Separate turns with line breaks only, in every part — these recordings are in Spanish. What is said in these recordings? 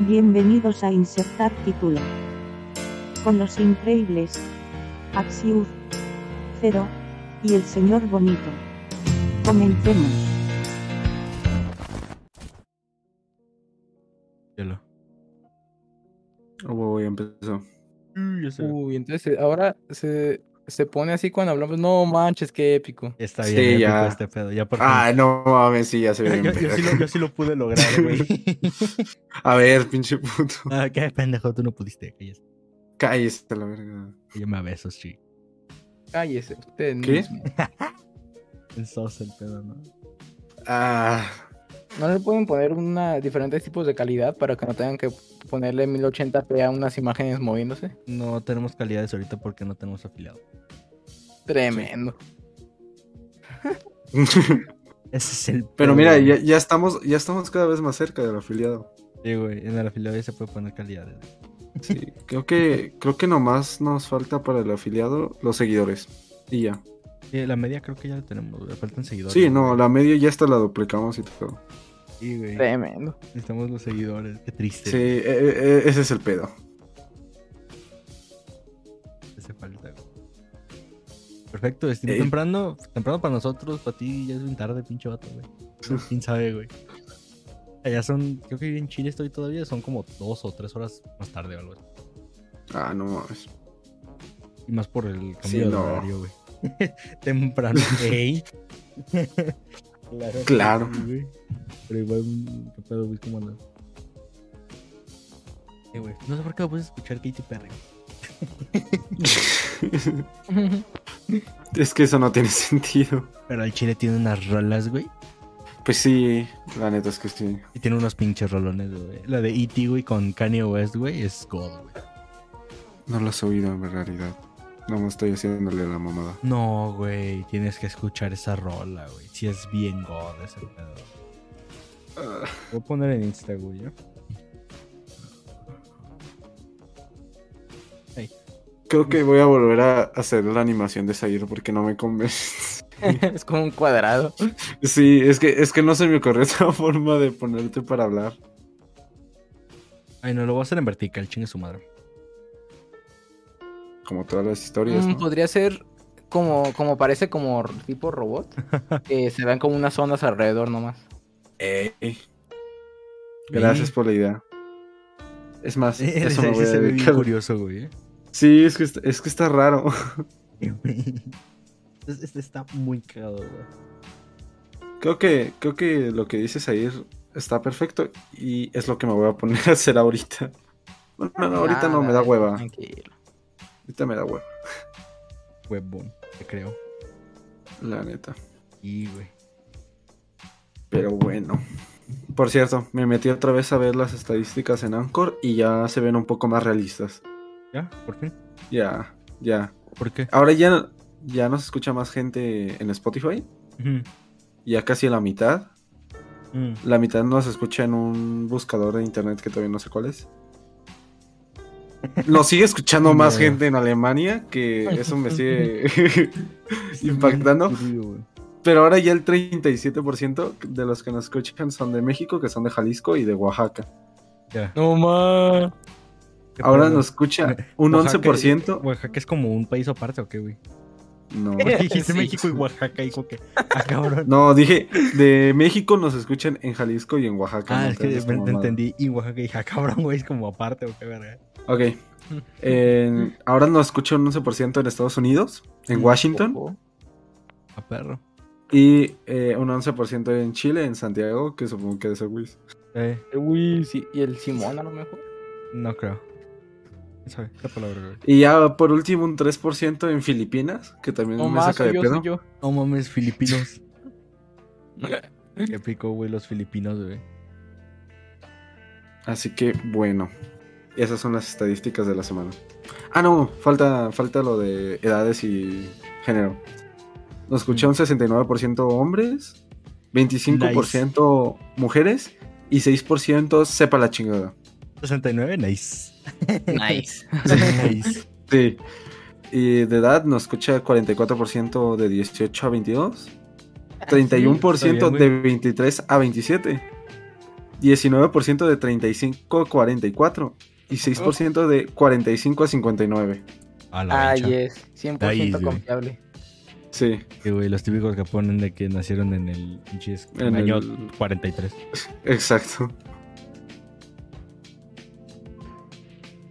Bienvenidos a Insertar Título. Con los increíbles. Axius. Cero. Y el señor Bonito. Comencemos.
Yelo.
Oh, wow, ya empezó.
Uy, entonces eh, ahora se, se pone así cuando hablamos, no manches, qué épico.
Está
Sí,
bien, épico
ya.
este pedo. Ya por fin.
Ah, no mames, sí, ya se ve.
yo,
bien
yo sí lo,
verga.
yo sí lo pude lograr, güey.
A ver, pinche puto.
ah, qué pendejo, tú no pudiste. Cállese.
Cállese, la verga.
Yo me besos, sí.
Cállese, usted
¿Qué?
mismo.
Sos el pedo, ¿no?
Ah,
No le pueden poner una, diferentes tipos de calidad para que no tengan que ponerle 1080p a unas imágenes moviéndose.
No tenemos calidades ahorita porque no tenemos afiliado.
Tremendo.
Ese es el
Pero
pedo,
mira,
güey.
ya, ya estamos, ya estamos cada vez más cerca del afiliado.
Sí, güey, en el afiliado ya se puede poner calidades.
Sí, creo que, creo que nomás nos falta para el afiliado los seguidores. Y ya.
Sí, la media creo que ya la tenemos, güey. Faltan seguidores.
Sí, no,
güey.
la media ya hasta la duplicamos y todo.
Sí, güey.
Tremendo.
Necesitamos los seguidores. Qué triste.
Sí, eh, eh, ese es el pedo.
Hace falta, güey. Perfecto, es
Ey.
temprano, temprano para nosotros, para ti ya es bien tarde, pinche vato, güey. Quién sabe, güey. Allá son, creo que en Chile estoy todavía, son como dos o tres horas más tarde o algo así.
Ah, no mames.
Y más por el cambio
Sí,
de
no.
horario, güey. temprano, ey. claro. que
Claro.
sí, güey. Pero igual, mm, qué pedo, güey, cómo andas. Eh, güey, no sé por qué me puse a escuchar Katy Perry.
es que eso no tiene sentido.
Pero el Chile tiene unas rolas, güey.
Pues sí, la neta es que sí.
Y tiene unos pinches rolones, güey. La de E.T., güey, con Kanye West, güey, es God, güey.
No lo has oído en realidad. No me estoy haciéndole la mamada.
No, güey, tienes que escuchar esa rola, güey. Si es bien God ese pedo.
Ah,
Voy a poner en Insta, güey, ¿ya?
Creo que voy a volver a hacer la animación de Zair porque no me convence.
es como un cuadrado.
Sí, es que, es que no se me ocurrió esa forma de ponerte para hablar.
Ay, no, lo voy a hacer en vertical, chingue su madre.
Como todas las historias,
Mm,
¿no?
Podría ser como, como parece como r- tipo robot. que se vean como unas ondas alrededor nomás.
Ey. Gracias por la idea. Es más,
Ese,
eso me voy
ese
a
se ve bien
dedicar.
curioso, güey. ¿eh?
Sí, es que, está- es que está raro.
Este este está muy cagado, güey.
Creo que, creo que lo que dices ahí está perfecto y es lo que me voy a poner a hacer ahorita. Bueno, no, ahorita no, me da
Nada,
hueva.
Ah, tranquilo.
Ahorita me da hueva,
Huevón, te creo.
la neta.
Y, güey.
Pero bueno. Por cierto, me metí otra vez a ver las estadísticas en Anchor y ya se ven un poco más realistas.
¿Ya? ¿Por fin?
Ya, ya.
¿Por qué?
Ahora ya, ya nos escucha más gente en Spotify.
Ujú.
Ya casi la mitad.
Mm.
La mitad nos escucha en un buscador de internet que todavía no sé cuál es. Nos sigue escuchando más
No.
gente en Alemania, que eso me sigue impactando.
Está bien turbio, güey.
Pero ahora ya el 37% de los que nos escuchan son de México, que son de Jalisco y de Oaxaca.
Ya.
No más.
¿Qué
Ahora
pedo?
nos escucha un
Oaxaca-
11%.
Oaxaca es como un país aparte, ¿o qué, güey?
No,
Porque dijiste
Sí.
México y Oaxaca, hijo que. Ah, cabrón.
no, dije, de México nos escuchan en Jalisco y en Oaxaca.
ah,
no
es que
tenemos
me-
como
te
nada.
entendí. Y Oaxaca y dije, ah, cabrón, güey, es como aparte, ¿o qué, verga?
Ok. En- ahora nos escucha un 11% en Estados Unidos,
Mm.
en Washington.
Ojo.
A perro.
Y eh, un 11% en Chile, en Santiago, que supongo que es el Wiz.
Eh,
El Will, sí, y el Simón a lo mejor.
no creo. ¿Quién sabe? ¿Qué palabra, güey?
Y ya por último un 3% en Filipinas, que también
No
me
más,
saca de
soy yo,
pedo.
soy yo.
No mames, filipinos. Qué pico, güey, los filipinos, güey.
Así que bueno, esas son las estadísticas de la semana. Ah, no, falta, falta lo de edades y género. Nos escuchó un 69% hombres, 25% mujeres y 6% sepa la chingada.
69, nice.
Nice.
nice.
Sí. Y de edad nos escucha 44% de 18 a 22, 31%
está bien,
de 23 a 27 19% de 35 a 44 y 6% de 45 a 59.
A la
Ah,
ancha.
yes. 100%
Ahí, güey.
confiable.
Sí,
Sí, güey, los típicos que ponen de que nacieron en el pinches
En
año
el-
43.
exacto.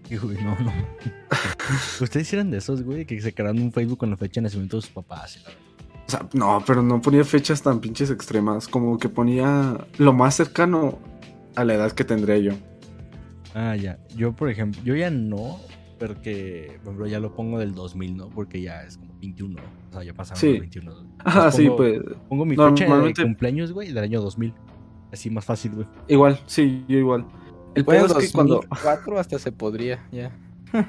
Sí, güey, no, no. Ustedes hicieron de esos, güey, que se crearon un Facebook con la fecha de nacimiento de sus papás. y la verga.
O sea, no, pero no ponía fechas tan pinches extremas, como que ponía lo más cercano a la edad que tendría yo.
Ah, ya. Yo, por ejemplo, yo ya no, porque, por ejemplo, ya lo pongo del 2000, ¿no? Porque ya es como 21. O sea, ya pasaron
Sí.
los 21. güey.
Ajá,
Entonces
sí,
pongo-
pues
Pongo mi fecha de
Normalmente-
cumpleaños, güey, del año 2000. Así más fácil, güey.
igual, sí, yo igual. El
Fue en
pedo es que cuando
2004 hasta se podría, ya.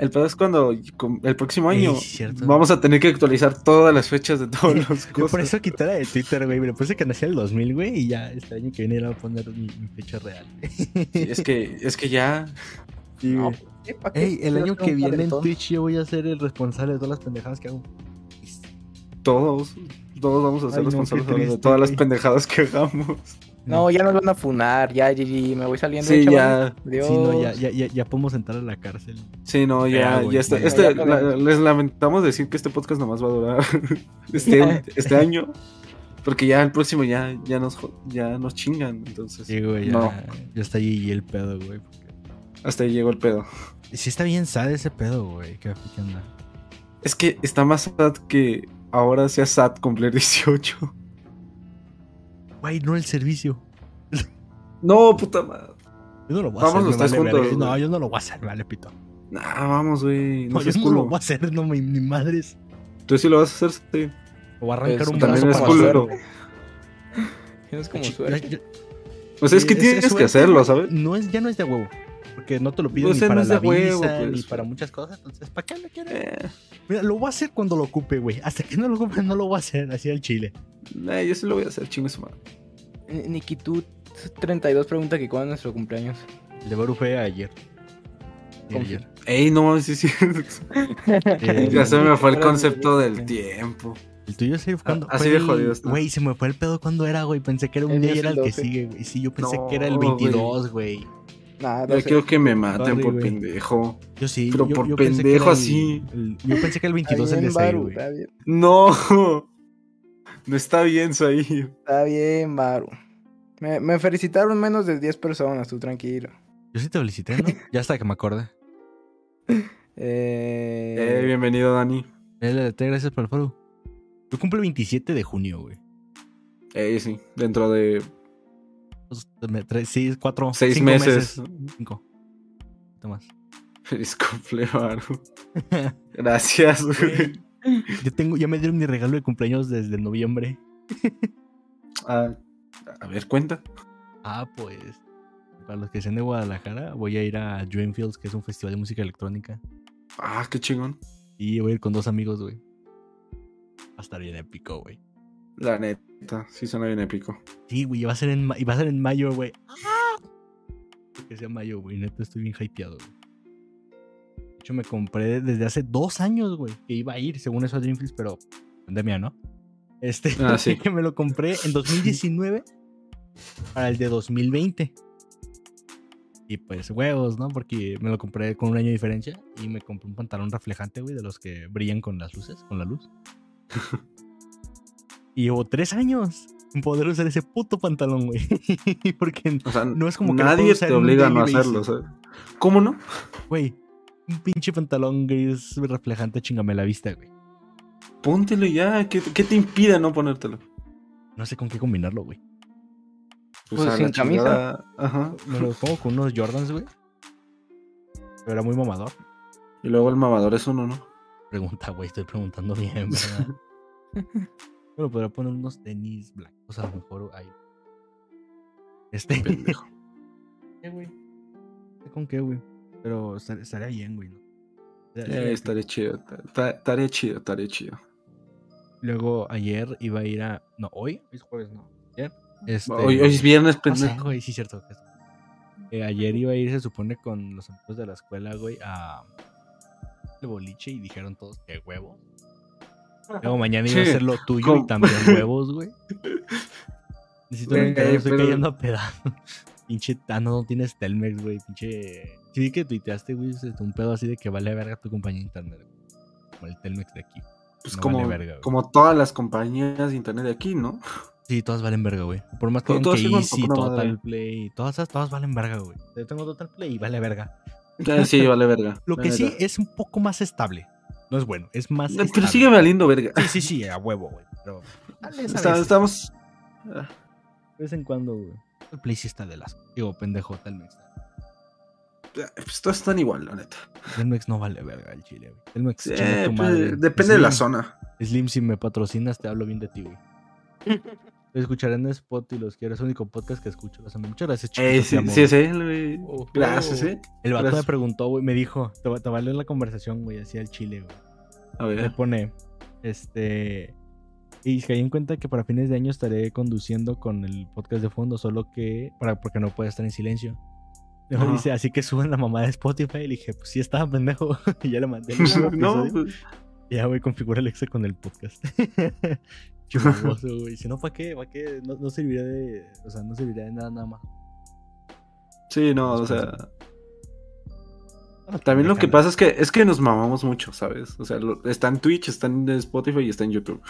el pedo es cuando con- el próximo año
Ey, cierto.
vamos a tener que actualizar todas las fechas de todos los
Yo por
cosas.
eso quité la de Twitter, güey. Me le puse que nací en el 2000, güey, y ya este año que viene le voy a poner mi, mi fecha real.
Sí, es que es que ya Sí,
No,
güey.
¿por qué? ¿Pa' qué?
Ey, el
Quiero
año
ser
que
un
viene en
calentón.
Twitch yo voy a ser el responsable de todas las pendejadas que hago.
todos todos vamos a ser
Ay, no, qué
responsables ahora de
triste,
todas las
güey.
pendejadas que hagamos.
No, ya nos van a funar, ya, GG, me voy saliendo.
Sí,
chavales.
ya.
Adiós.
Sí, no, ya, ya, ya, ya podemos entrar a la cárcel.
Sí, no, ya,
güey,
ya está.
ya,
este-
ya podemos.
la- les lamentamos decir que este podcast nomás va a durar este, este año. Porque ya el próximo ya, ya nos jo- ya nos chingan. Entonces,
Sí, güey, ya,
No.
ya está allí el pedo, güey. porque-
hasta ahí llegó el pedo.
Y Sí está bien sad ese pedo, güey. ¿Qué, qué onda?
Es que está más sad que ahora sea sad cumplir 18.
Güey, no el servicio.
No, puta madre.
Yo no lo voy a
Vamos
hacer.
los
me
tres
vale verga.
juntos,
No,
güey.
yo no lo voy a hacer, me vale pito.
Nah, vamos, güey. No,
No, yo
seas
no lo
culo.
voy a hacer, no, mi- ni madres.
Tú sí lo vas a hacer, sí.
O voy a arrancar
Pues,
un
También
brazo
es
para
culero.
Tienes como
hacer-
suerte.
Yo- yo-
O sea, Pues es que
Sí,
tienes
suerte,
que hacerlo,
güey.
¿sabes?
No es, ya no es de huevo. Porque no te lo piden
Pues,
ni
no
para
es
la
de huevo,
visa, ni
pues.
para muchas cosas. Entonces, ¿para qué lo quieres?
Eh,
Mira, lo voy a hacer cuando lo ocupe, güey. Hasta que no lo ocupe, no lo voy a hacer. Así al chile.
nah, eh, yo sí lo voy a hacer, chingue su madre.
Niki, tú 32 pregunta que cuándo es nuestro cumpleaños.
El de Baru fue ayer. De
Confía.
ayer.
Ey, no, sí, sí.
Eh,
ya se me fue el
Ahora,
concepto
güey.
del tiempo.
El tuyo se cuando.
Ah, así
fue
de
el-
jodido está.
Güey, se me fue el pedo cuando era, güey. Pensé que era un
El
día
mío
y
es
era
el
el que
12.
sigue, güey. Sí, yo pensé
No,
que era el
güey.
22, güey.
Nada,
Yo quiero que me maten
Sorry,
por
güey.
pendejo.
Yo sí.
Pero
yo,
por
yo pensé que
pendejo
era el-
así.
el- yo pensé que era el 22 el de
Está
Sai,
bien, Baru,
güey.
está bien.
No, no está bien, Eh, Zahir.
Está bien, Baru. Me, me felicitaron menos de 10 personas, tú tranquilo.
Yo sí te felicité, ¿no? Ya hasta que me acordé.
Eh,
Eh, bienvenido, Dani.
LDT, gracias por el follow. Yo cumplo el 27 de junio, güey.
Eh, sí, dentro de
Dos, me- tres, seis, cuatro,
seis
cinco
meses.
Cinco. Poquito más.
Feliz cumpleaños. Gracias, güey.
Yo tengo, ya me dieron mi regalo de cumpleaños desde noviembre.
Ah, a ver, cuenta.
Ah, pues. Para los que sean de Guadalajara, voy a ir a Dreamfields, que es un festival de música electrónica.
Ah, qué chingón.
Y voy a ir con dos amigos, güey. Va a estar bien épico, güey.
La neta, sí suena bien épico.
Sí, güey, y va a ser en, ma- y va a ser en mayo, güey. ¡Ah! Que sea mayo, güey. Neta, estoy bien hypeado, güey. De hecho, me compré desde hace dos años, güey, que iba a ir, según eso, a Dreamfields, pero pandemia, ¿no? Este,
Ah, sí.
que me lo compré en 2019 para el de 2020. Y pues, huevos, ¿no? Porque me lo compré con un año de diferencia y me compré un pantalón reflejante, güey, de los que brillan con las luces, con la luz. y llevo tres años en poder usar ese puto pantalón, güey. Porque,
O sea,
No es como que lo puedo
nadie
usar
te
en un
obliga a no
daily basis.
hacerlo, ¿sabes? ¿Cómo no?
güey, un pinche pantalón gris reflejante, chingame la vista, güey.
Póntelo ya. ¿Qué, qué te impide no ponértelo?
No sé con qué combinarlo, güey.
Pues,
a la
sin camisa.
chingada, Ajá.
Me lo pongo con unos Jordans, güey. Pero era muy mamador.
Y luego el mamador es uno, ¿no?
Pregunta, güey, estoy preguntando bien, ¿verdad? Bueno, podría poner unos tenis blancos a lo mejor ahí. Este.
Pendejo.
¿Qué, güey? No sé ¿Con qué, güey? Pero estar- estaría bien, güey, ¿no? Estaría-
Eh, estaré chido. Estaré chido, estaré chido.
Luego ayer iba a ir a. No, hoy. Hoy es jueves, no. Ayer. Este,
Hoy, hoy es viernes,
no sé,
pendejo.
güey, sí, cierto. que es- Eh, ayer iba a ir, se supone, con los amigos de la escuela, güey, a. El boliche y dijeron todos que huevos. Luego mañana iba a
Sí,
hacer lo tuyo y
¿cómo?
también huevos, güey. Necesito
Güey,
un estoy
pero-
cayendo a pedazos. Pinche ah, no, no tienes Telmex, güey. Pinche. Sí, vi que tuiteaste, güey, este, un pedo así de que vale verga tu compañía de internet, güey. Como el Telmex de aquí.
Pues
No
como,
vale verga, güey.
como todas las compañías de internet de aquí, ¿no?
Sí, todas valen verga, güey. Por más que
Pero
digan
todas
que
sirven
Easy,
para pura
Total
madre.
Play, todas esas, todas valen verga, güey. Yo tengo Total Play y vale verga.
Ya, sí, vale verga.
Lo
la
que sí
neta.
es un poco más estable. No es bueno, es más
No, Pero
estable.
sigue valiendo verga.
Sí, sí, sí, a huevo, güey. Pero dale esa
Está-
vez,
estamos.
de vez en cuando, güey. El Play sí está de las... Digo, pendejo, Telmex.
Pues todas están igual, la neta.
Telmex no vale verga el chile, güey. Telmex,
Sí,
chinga tu
pues,
madre.
depende de la
Slim-
zona.
Slim, si me patrocinas, te hablo bien de ti, güey. Te escucharé en Spot y los quiero. Es el único podcast que escucho. O sea, muchas gracias, chicos.
Eh,
te
sí,
amo,
sí,
güey.
es él, güey.
Oh.
Ojo.
Gracias, eh.
El vato me
Gracias.
preguntó, güey, me dijo, te, va- te vale la conversación, güey, así al chile, güey.
A
Me
ver.
pone, este... Y caí en cuenta que para fines de año estaré conduciendo con el podcast de fondo, solo que... Para, porque no puede estar en silencio. Y Me
Ajá.
dice, así que suben la mamá de Spotify. Y le dije, pues sí, estaba pendejo. y ya le mandé el
no,
episodio.
pues,
Ya, güey, configura Alexa con el podcast. Qué baboso, güey. Si no, ¿para qué? ¿Para qué? No, no servirá de... O sea, no servirá de nada nada más.
sí, no, o sea. Ah, También lo que
Déjala.
pasa es que es que nos mamamos mucho, ¿sabes? O sea, lo- está en Twitch, está en Spotify y está en YouTube.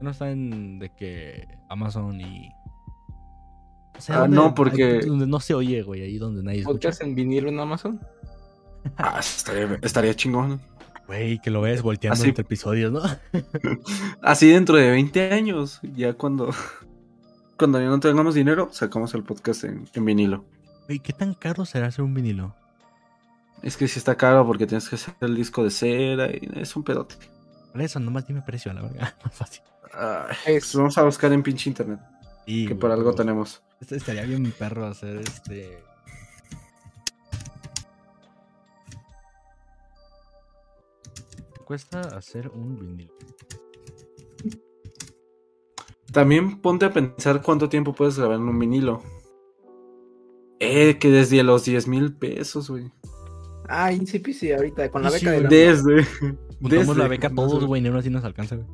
No están de que Amazon y. O
Ah,
donde-
no, porque-
ahí Donde no se oye, güey, ahí donde nadie escucha.
Podcast en vinilo en Amazon.
Ah, estaría, estaría chingón.
Güey, que lo ves volteando
Eh, Así-
entre episodios, ¿no?
Así dentro de 20 años, ya cuando, cuando ya no tengamos dinero, sacamos el podcast en, en vinilo.
Güey, ¿qué tan caro será hacer un vinilo?
Es que si está caro porque tienes que hacer el disco de cera y es un pedote.
Por eso, nomás dime precio, la verdad. Más fácil.
Ay, pues
Es
vamos a buscar en pinche internet,
Sí,
que
güey,
por algo
pero
tenemos.
este- Estaría bien mi perro hacer este. ¿Qué Cuesta hacer un vinilo.
También ponte a pensar cuánto tiempo puedes grabar en un vinilo. Eh, que desde los 10 mil pesos, güey.
Ah, ICPC ahorita, con la
Sí,
beca de la,
Desde.
Juntamos
desde-
la beca todos, güey, ni uno así nos alcanza, güey.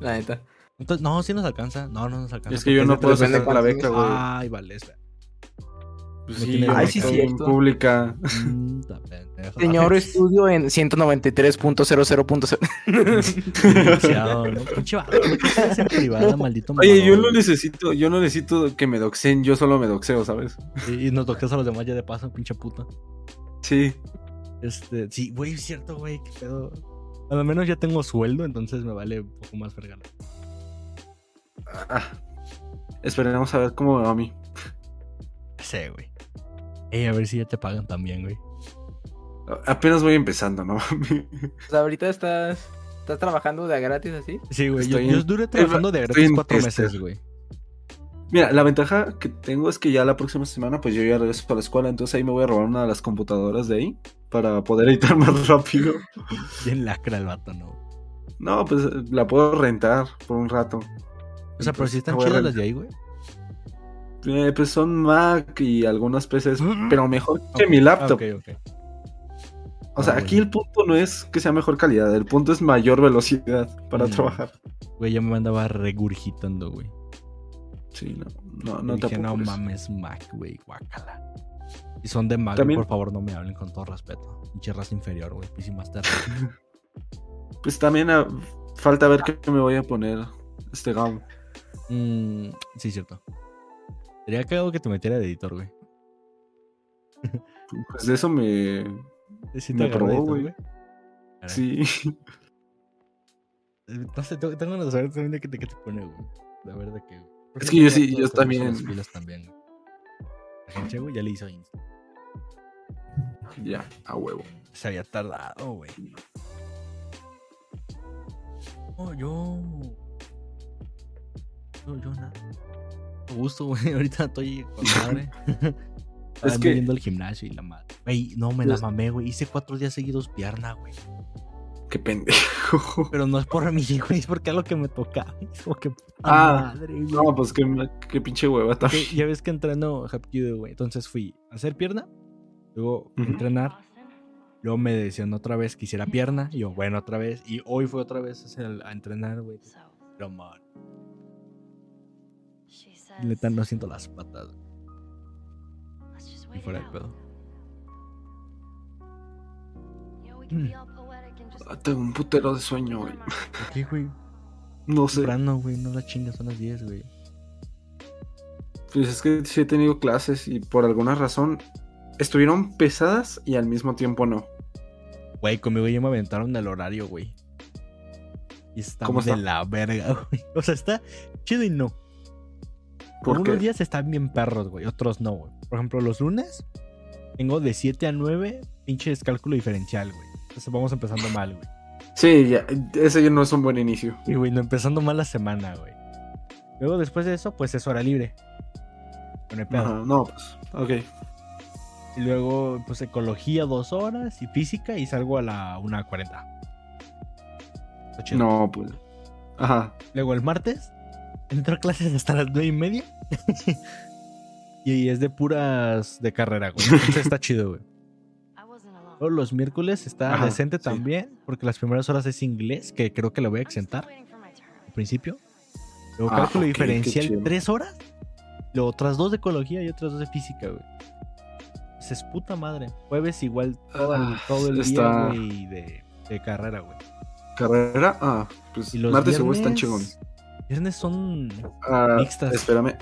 la neta.
Entonces, no, sí nos alcanza. No, no nos alcanza.
Es que yo
porque
no
de
puedo
tres
depende
sacar la
cuántos
beca,
años-
güey.
Ay, vale, espera.
Pues
no
sí,
tiene
yo
Ay,
me
sí,
quedo
cierto.
en pública.
Puta pendejo.
Señor estudio en 193.00.0.
este,
Demasiado, ¿no? Pinche vato, ¿por qué estás en privada, maldito
Oye, yo
mamador,
no
güey?
necesito, yo no necesito que me doxeen, yo solo me doxeo, ¿sabes?
Y, y nos tocas a los demás ya de paso, pinche puta.
Sí.
Este, sí, güey, es cierto, güey, qué pedo. Al menos ya tengo sueldo, entonces me vale un poco más verga.
Ah. Esperemos a ver cómo me va a mí.
Ya sé, güey. Ey, a ver si ya te pagan también, güey.
Apenas voy empezando, ¿no?
O sea, ahorita estás, estás trabajando de a gratis así.
Sí, güey, yo,
Estoy
yo
en-
duré trabajando de
estoy
gratis
en
cuatro
tester.
meses, güey.
Mira, la ventaja que tengo es que ya la próxima semana, pues yo ya regreso para la escuela, entonces ahí me voy a robar una de las computadoras de ahí para poder editar más rápido.
Bien lacra el vato, ¿no?
No, pues la puedo rentar por un rato.
O sea, pero si
Entonces,
están
la voy a
chidas las
rentar.
de ahí, güey.
Eh, pues son Mac y algunas PCs, pero mejor que
Mm, Ok,
mi
ah,
laptop.
ok, ok.
O sea,
Ah,
aquí
bueno.
el punto no es que sea mejor calidad, el punto es mayor velocidad para
Mm.
trabajar.
Güey, yo me andaba regurgitando, güey.
Sí, no, no,
No
no te
dije, no
apures.
mames, Mac, güey, guácala. Y son de Mac,
También-
por favor, no me hablen con todo respeto. Pinche raza inferior, güey, PC Master.
Pues también ah, falta ver qué me voy a poner este GAM.
Mm, sí, cierto. Sería cagado que te metiera de editor, güey.
Pues de eso me.
Sí,
Me
agarró
probó,
de editor,
güey.
Caray.
Sí.
Eh, No sé, tengo tengo ganas de saber también de qué, de qué te pone, güey. La verdad que.
Es que yo sí, yo también-
Las pilas también, güey. La gente, güey, ya le hizo Insta.
Ya, a huevo.
Se había tardado, güey. No, yo. Yo, yo nada. Con gusto, güey. Ahorita estoy con madre.
Es
es
que-
yendo al gimnasio y la madre. Güey, no me la
Yo-
mamé, güey. Hice cuatro días seguidos pierna, güey.
Qué pendejo.
Pero no es por mí, güey. Es porque es lo que me toca. Es como que puta
Ah,
madre, güey.
No, pues qué, qué pinche hueva
Que
también.
ya ves que entreno Hapkido, güey. Entonces fui a hacer pierna, luego
Ujú.
entrenar. Luego me decían otra vez que hiciera pierna. Y yo, bueno, otra vez. Y hoy fue otra vez a, hacer- a entrenar, güey. Pero, man, neta, no siento las patas. güey.
Y fuera del pedo.
Mm.
Ah, tengo un putero de sueño, güey.
¿Por qué, güey?
No sé.
Temprano, güey, no la chingas, son las 10, güey.
Pues es que sí he tenido clases y por alguna razón estuvieron pesadas y al mismo tiempo no.
Güey, conmigo ya me aventaron el horario, güey. Y está
¿Cómo
de
está?
la verga, güey. O sea, está chido y no.
¿Por
Algunos
qué?
días están bien perros, güey. Otros no, güey. Por ejemplo, los lunes tengo de 7 a 9 pinche descálculo diferencial, güey. Entonces vamos empezando mal, güey.
Sí, ya, ese no es un buen inicio.
Y, güey, no empezando mal la semana, güey. Luego, después de eso, pues es hora libre. Con el pedo.
Ajá, no, pues, ok.
Y luego, pues ecología dos horas y física y salgo a la 1.40. Está chido.
No, pues. Ajá.
Luego el martes entro a clases hasta las nueve y media. y es de puras de carrera, güey. Entonces está chido, güey. Luego los miércoles está
Ajá,
decente
sí.
también, porque las primeras horas es inglés, que creo que la voy a exentar al principio. Luego
Ah,
cálculo
ok, qué
diferencial
chido.
tres horas. Luego otras dos de ecología y otras dos de física, güey. Se es puta madre. Jueves igual todo el,
Ah,
todo el día,
está-
güey, de, de carrera, güey.
Carrera, ah, pues
Y los
martes seguro
viernes,
están chingón.
Viernes son
Ah,
mixtas.
espérame.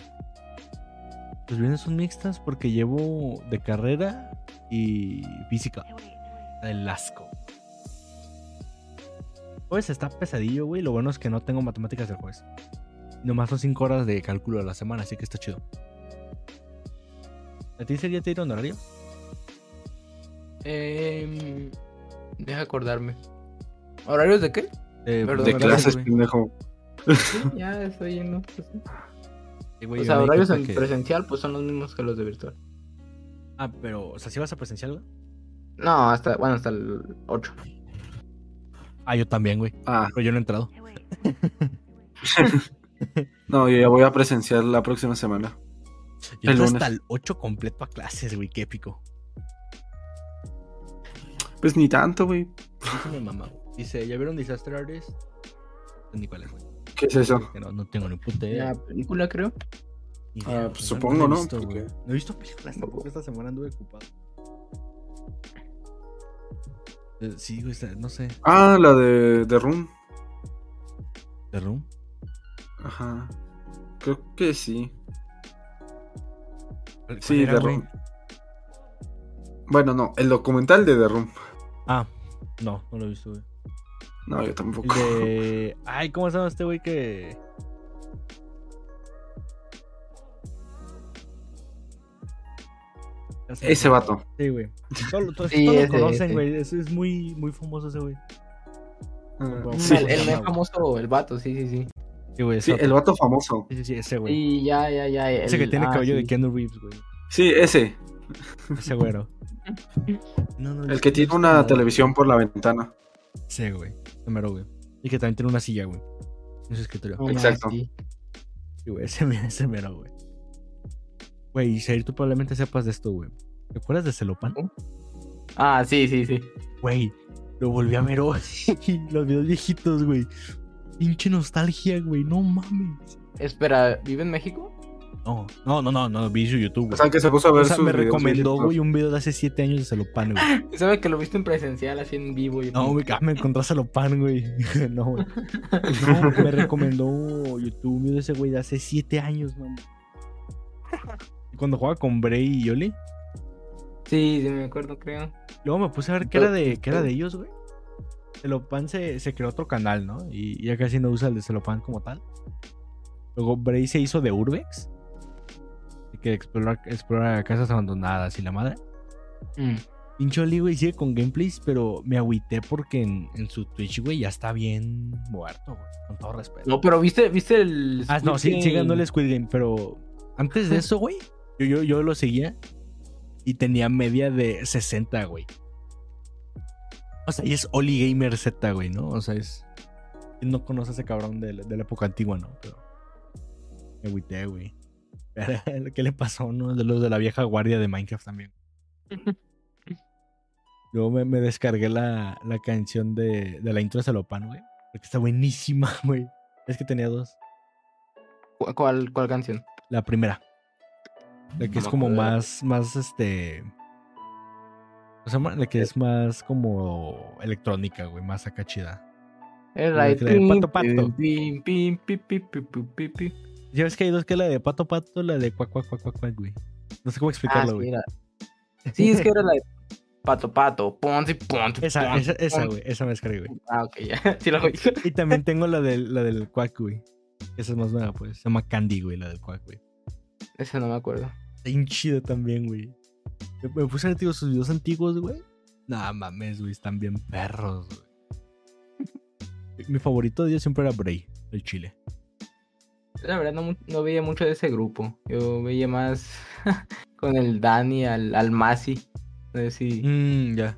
Los viernes pues, son mixtas porque llevo de carrera y física. El asco. Jueves está pesadillo, güey. Lo bueno es que no tengo matemáticas el jueves. Nomás son 5 horas de cálculo a la semana, así que está chido. ¿A ti sería te ir honorario?
Eh, deja acordarme. ¿Horarios de qué?
Eh,
Perdón,
De
Honorarios,
clases,
güey.
pendejo.
Sí, ya estoy yendo. pues, sí.
Sí, güey,
O
yo
sea,
me di
horarios
cuenta
en
que-
presencial pues son los mismos que los de virtual.
Ah, pero, o sea, si vas a presencial, güey.
No, hasta, bueno, hasta el 8.
Ah, yo también, güey.
Ah,
Pero yo no he entrado.
no, yo ya voy a presenciar la próxima semana.
Yo
El
entro
lunes.
hasta el 8 completo a clases, güey. Qué épico.
Pues ni tanto, güey.
Dice mi mamá, güey. Dice, ¿ya vieron Disaster Artist? Pues, Ni cuál es, güey.
¿Qué es eso?
Que No, no tengo ni puta idea.
La película, creo.
Ni
Ah,
idea, güey.
pues
No-
supongo,
no,
¿no?
he visto,
Porque-
güey. No he visto películas tampoco. Esta semana anduve ocupado. Eh, Sí, güey, está- no sé.
Ah, la de, de Room.
¿The Room?
Ajá. Creo que sí.
¿Cuál
Sí,
era,
The
güey?
Room. Bueno, no, el documental de The Room.
Ah, no, no lo he visto, güey.
No, yo tampoco.
El de. Ay, ¿cómo se llama este güey que.? Ya se me
Ese
fue.
vato.
Sí, güey. Todos todo,
Sí,
todos lo
ese,
conocen,
ese.
güey. Es, es muy, muy famoso ese güey.
Ah,
Bueno,
sí.
el, el
Sí.
más famoso, el vato, sí, sí, sí.
Sí, güey.
Sí,
ese
el
vato.
vato famoso.
Sí, sí, sí, ese güey.
Y ya, ya, ya. El,
Ese que tiene
ah,
cabello
sí.
de Keanu Reeves, güey.
Sí, ese.
Ese güero. No, no,
El que tiene una televisión por la ventana.
Sí, güey. Número, güey. Y que también tiene una silla, güey. En su escritorio.
Oh.
No, no,
Exacto.
Ah, sí.
Sí, güey. Ese, mero- ese mero, güey. Güey, y Shair, tú probablemente sepas de esto, güey. ¿Te acuerdas de Celopan?
Ah, sí, sí, sí.
Güey, lo volví a ver hoy. Los videos viejitos, güey. Pinche nostalgia, güey. No mames.
Espera, ¿vive en México?
No, no, no, no, no. Vi su YouTube,
O
güey.
sea, que se puso a ver
O sea,
sus
me
videos
recomendó,
viejitos.
güey, un video de hace 7 años de Celopan, güey.
Sabe que lo viste en presencial, así en vivo. Y
No, güey, ah, me encontré a Celopan, güey. No, güey. No, me recomendó YouTube un video de ese güey de hace 7 años, man. Y Cuando jugaba con Bray y Yoli.
Sí, sí, me acuerdo, creo.
Luego me puse a ver qué era de, qué era de ellos, güey. Celopan se, se creó otro canal, ¿no? Y ya casi no usa el de Celopan como tal. Luego Bray se hizo de Urbex. de Que explora, explora casas abandonadas y la madre. Mm. Pincho Oli, güey, sigue con gameplays, pero me agüité porque en, en su Twitch, güey, ya está bien muerto, güey. Con todo respeto.
No, pero viste, viste el.
Ah, no, sí,
Squid
sí
Game?
ganó el Squid Game, pero antes de eso, güey, yo, yo, yo lo seguía y tenía media de 60, güey. O sea, y es Oli Gamer Z, güey, ¿no? O sea, es. No conoce a ese cabrón de, la- de la época antigua, ¿no? Pero. Me agüité, güey. Pero, ¿Qué le pasó, no? De los de la vieja guardia de Minecraft también. Luego me, me descargué la, la canción de, de la intro de Celopan, güey. Porque está buenísima, güey. Es que tenía dos.
¿Cu- ¿Cuál, cuál canción?
La primera. La que
No
es
me
como
acuerdo de la-
más, más este. O sea, ma- la que es más como electrónica, güey, más acá chida.
Es
La
la de
que la de
pim,
pato, pato.
pim, pim, pim, pim, pim, pim, pim, pim.
Ya ves que hay dos que es la de pato pato, la de cuac, cuac, cuac, cuac, cuac, güey. No sé cómo
Ah,
explicarlo,
sí,
güey.
era- sí, es que era la de pato, pato, ponte, ponte.
Esa,
ponte,
esa, esa,
ponte.
güey, esa me descargué, güey.
Ah, ok, ya. Sí, la voy.
Y también tengo la del, la del cuac, güey. Esa es más nueva, pues. Se llama Candy, güey, la del cuac, güey.
Esa no me acuerdo.
Está bien chida también, güey. Me, me puse a ver, tío, sus videos antiguos, güey. Nah, mames, güey, están bien perros, güey. Mi favorito de ellos siempre era Bray, el chile.
La verdad no, mu- no veía mucho de ese grupo. Yo veía más con el Dani, al, al Masi. No sé si
Mmm, ya.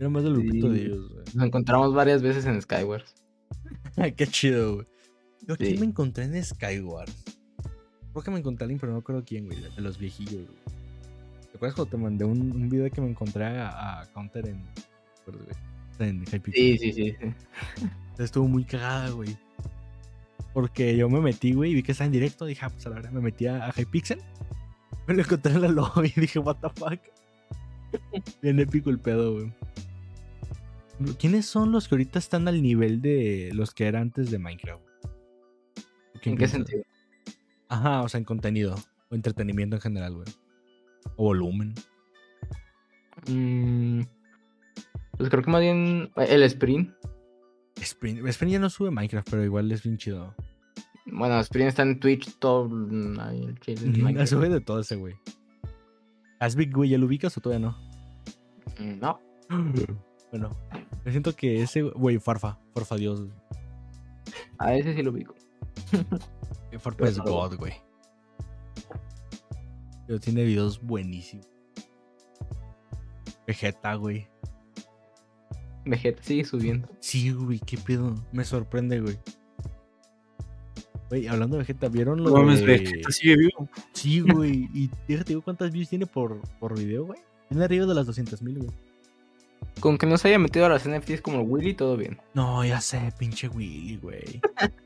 Era más del grupito de
Sí.
ellos, güey.
nos encontramos varias veces en Skyward.
Qué chido, güey. Yo aquí
Sí.
me encontré en Skyward. Creo que me encontré a alguien, pero no creo quién, güey. De los viejillos, güey. ¿Te acuerdas cuando te mandé un, un video que me encontré a, a Counter en. En Hype
Sí, sí, sí. sí.
Estuvo muy cagada, güey. Porque yo me metí, güey, y vi que estaba en directo. Dije, ah, pues a la verdad, me metí a, a Hypixel. Me lo encontré en la lobby y dije, what the fuck. Bien épico el pedo, güey. ¿Quiénes son los que ahorita están al nivel de los que eran antes de Minecraft? ¿Quién
¿En qué
piensas?
sentido?
Ajá, o sea, en contenido. O entretenimiento en general, güey. O volumen.
Mm, pues creo que más bien el sprint.
Spring, Spring ya no sube Minecraft, pero igual es bien chido.
Bueno, sprint está en Twitch, todo. mm, ahí el chile, en Minecraft.
Sube de todo ese, güey. Asbig, güey, ¿ya lo ubicas o todavía no?
Mm, No.
Bueno, yo siento que ese, güey, Farfa, Farfa Dios, güey.
A ese sí lo ubico.
Eh, Farfa es
Claro.
God, güey. Pero tiene videos buenísimos. Vegeta, güey.
Vegeta sigue subiendo.
Sí, güey, qué pedo. Me sorprende, güey. Güey, hablando de Vegeta, ¿vieron lo
No mames,
de-
Vegeta sigue vivo.
Sí, güey. Y déjate digo cuántas views tiene por, por video, güey. Tiene arriba de las 200 mil, güey.
Con que no se haya metido a las NFTs como el Willy, todo bien.
No, ya sé, pinche Willy, güey.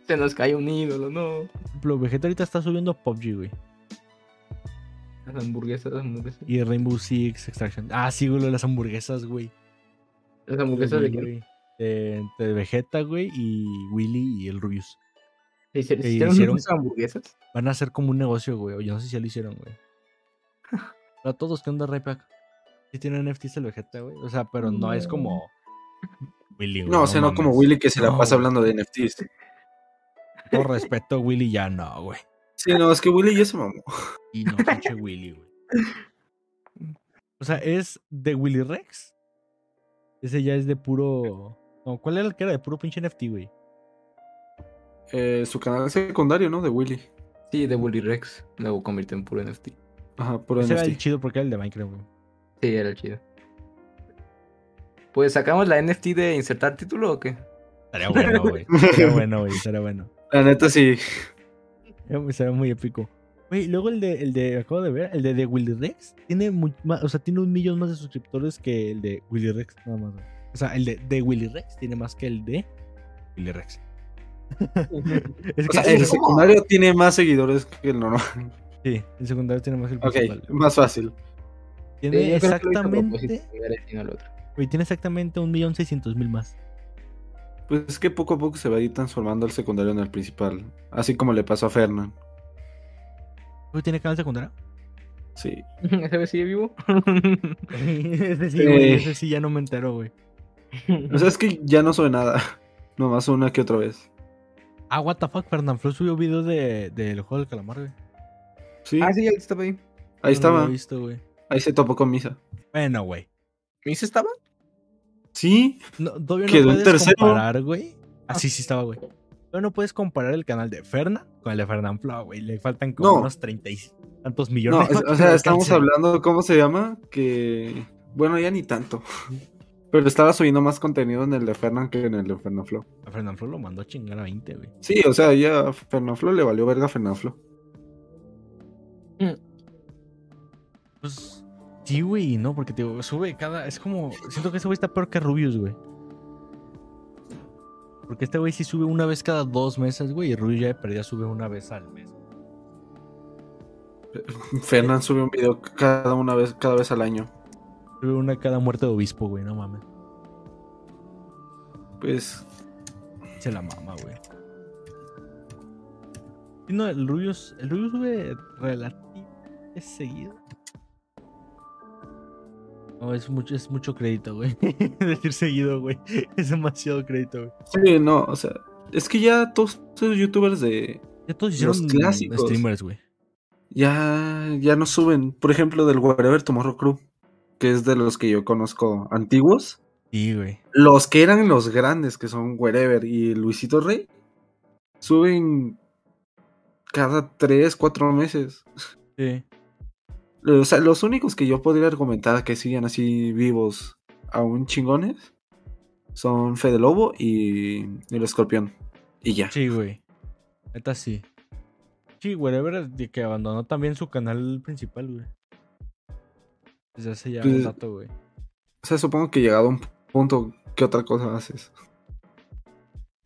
Se nos cae un ídolo, no.
Por ejemplo, Vegeta ahorita está subiendo PUBG, güey.
Las hamburguesas, las hamburguesas.
Y Rainbow Six Extraction. Ah, sí, güey, lo de las hamburguesas, güey.
Las hamburguesas de
Willy,
que
güey. Eh, entre Vegeta, güey, y Willy y el Rubius.
¿Se hicieron,
que
se hicieron
hicieron-
unas hamburguesas?
Van a hacer como un negocio, güey. O yo no sé si ya lo hicieron, güey. Para todos, ¿qué onda, Raypack? Sí tienen NFTs el Vegeta, güey. O sea, pero no es como Willy, güey.
Mm. No, o sea, no como
mames.
Willy que se la
No,
pasa
güey.
hablando de NFTs.
Con todo respeto, Willy ya no, güey.
Sí, no, es que Willy ya se mamó.
Y no, pinche Willy, güey. O sea, es de Willy Rex. Ese ya es de puro. No, ¿cuál era el que era? De puro pinche NFT, güey.
Eh, su canal secundario, ¿no? De Willy.
Sí, de Willy Rex. Luego convirtió en puro NFT.
Ajá, puro
Ese era el
NFT.
chido porque era el de Minecraft, güey.
Sí, era el chido. Pues sacamos la NFT de insertar título o qué?
Estaría bueno, güey. Estaría bueno, güey. Estaría bueno.
La neta sí.
Era muy- Estaría muy épico. Güey, luego el de, el de, acabo de ver, el de, de Willy Rex, tiene mu- ma- o sea, tiene un millón más de suscriptores que el de Willy Rex, nada más. güey. O sea, el de, de Willy Rex tiene más que el de Willy Rex. Es
O sea,
sí,
el secundario tiene más seguidores que el normal.
sí, el secundario tiene más que el
Ok,
principal.
más fácil.
Tiene
Sí, yo creo que lo hizo a
exactamente,
propósito, era el sino el otro.
güey, tiene exactamente un millón seiscientos mil más.
Pues es que poco a poco se va a ir transformando el secundario en el principal. Así como le pasó a Fernan.
Güey, tiene canal secundario?
Sí.
¿Ese güey sigue vivo?
ese sí, güey,
Eh.
ese sí ya no me entero, güey.
O sea, es que ya no sube nada. Nomás una que otra vez.
Ah, what the fuck, Fernanfloo subió video de, del juego del calamar, güey.
Sí,
ah, sí, ya estaba ahí.
Yo no lo
ahí estaba.
he visto, güey.
Ahí se topó con Misa.
Bueno, güey.
¿Misa estaba?
Sí.
No, todavía no
Quedó en
puedes
tercero.
comparar, güey. Así sí estaba, güey. Todavía no puedes comparar el canal de Fernan con el de Fernanfloo, güey. Le faltan como
No.
unos treinta y tantos millones.
No, es-
para
o
que le
sea, estamos
alcance.
hablando, ¿cómo se llama? Que. Bueno, ya ni tanto. Pero estaba subiendo más contenido en el de Fernan que en el de Fernanfloo.
A Fernanfloo lo mandó a chingar a 20, güey.
Sí, o sea, ya a Fernanfloo le valió verga a Fernanfloo.
Pues sí, güey, no, porque te digo, sube cada. Es como. Siento que ese güey está peor que Rubius, güey. Porque este güey sí sube una vez cada dos meses, güey, y Rubius ya de perdida sube una vez al mes.
Fernán sube un video cada una vez, cada vez al año.
Tuve una cada muerte de obispo, güey, no mames.
Pues
Se la mama, güey. Y No, el Rubius, el Rubius sube relativamente seguido. No, es mucho, es mucho crédito, güey. Decir seguido, güey. Es demasiado crédito, güey.
Sí, no, o sea, es que ya todos estos youtubers de.
Ya todos hicieron
Los clásicos.
streamers, güey.
Ya, ya no suben. Por ejemplo, del Whatever Tomorrow Crew, que es de los que yo conozco antiguos.
Sí, güey.
Los que eran los grandes, que son Wherever y Luisito Rey, suben cada tres, cuatro meses.
Sí.
O sea, los únicos que yo podría argumentar que siguen así vivos, aún chingones, son Fede Lobo y el Escorpión. Y ya.
Sí, güey. Neta sí. Sí, whatever, de que abandonó también su canal principal, güey. Desde hace ya un
Pues-
rato, güey.
O sea, supongo que llegado a un punto, ¿qué otra cosa haces?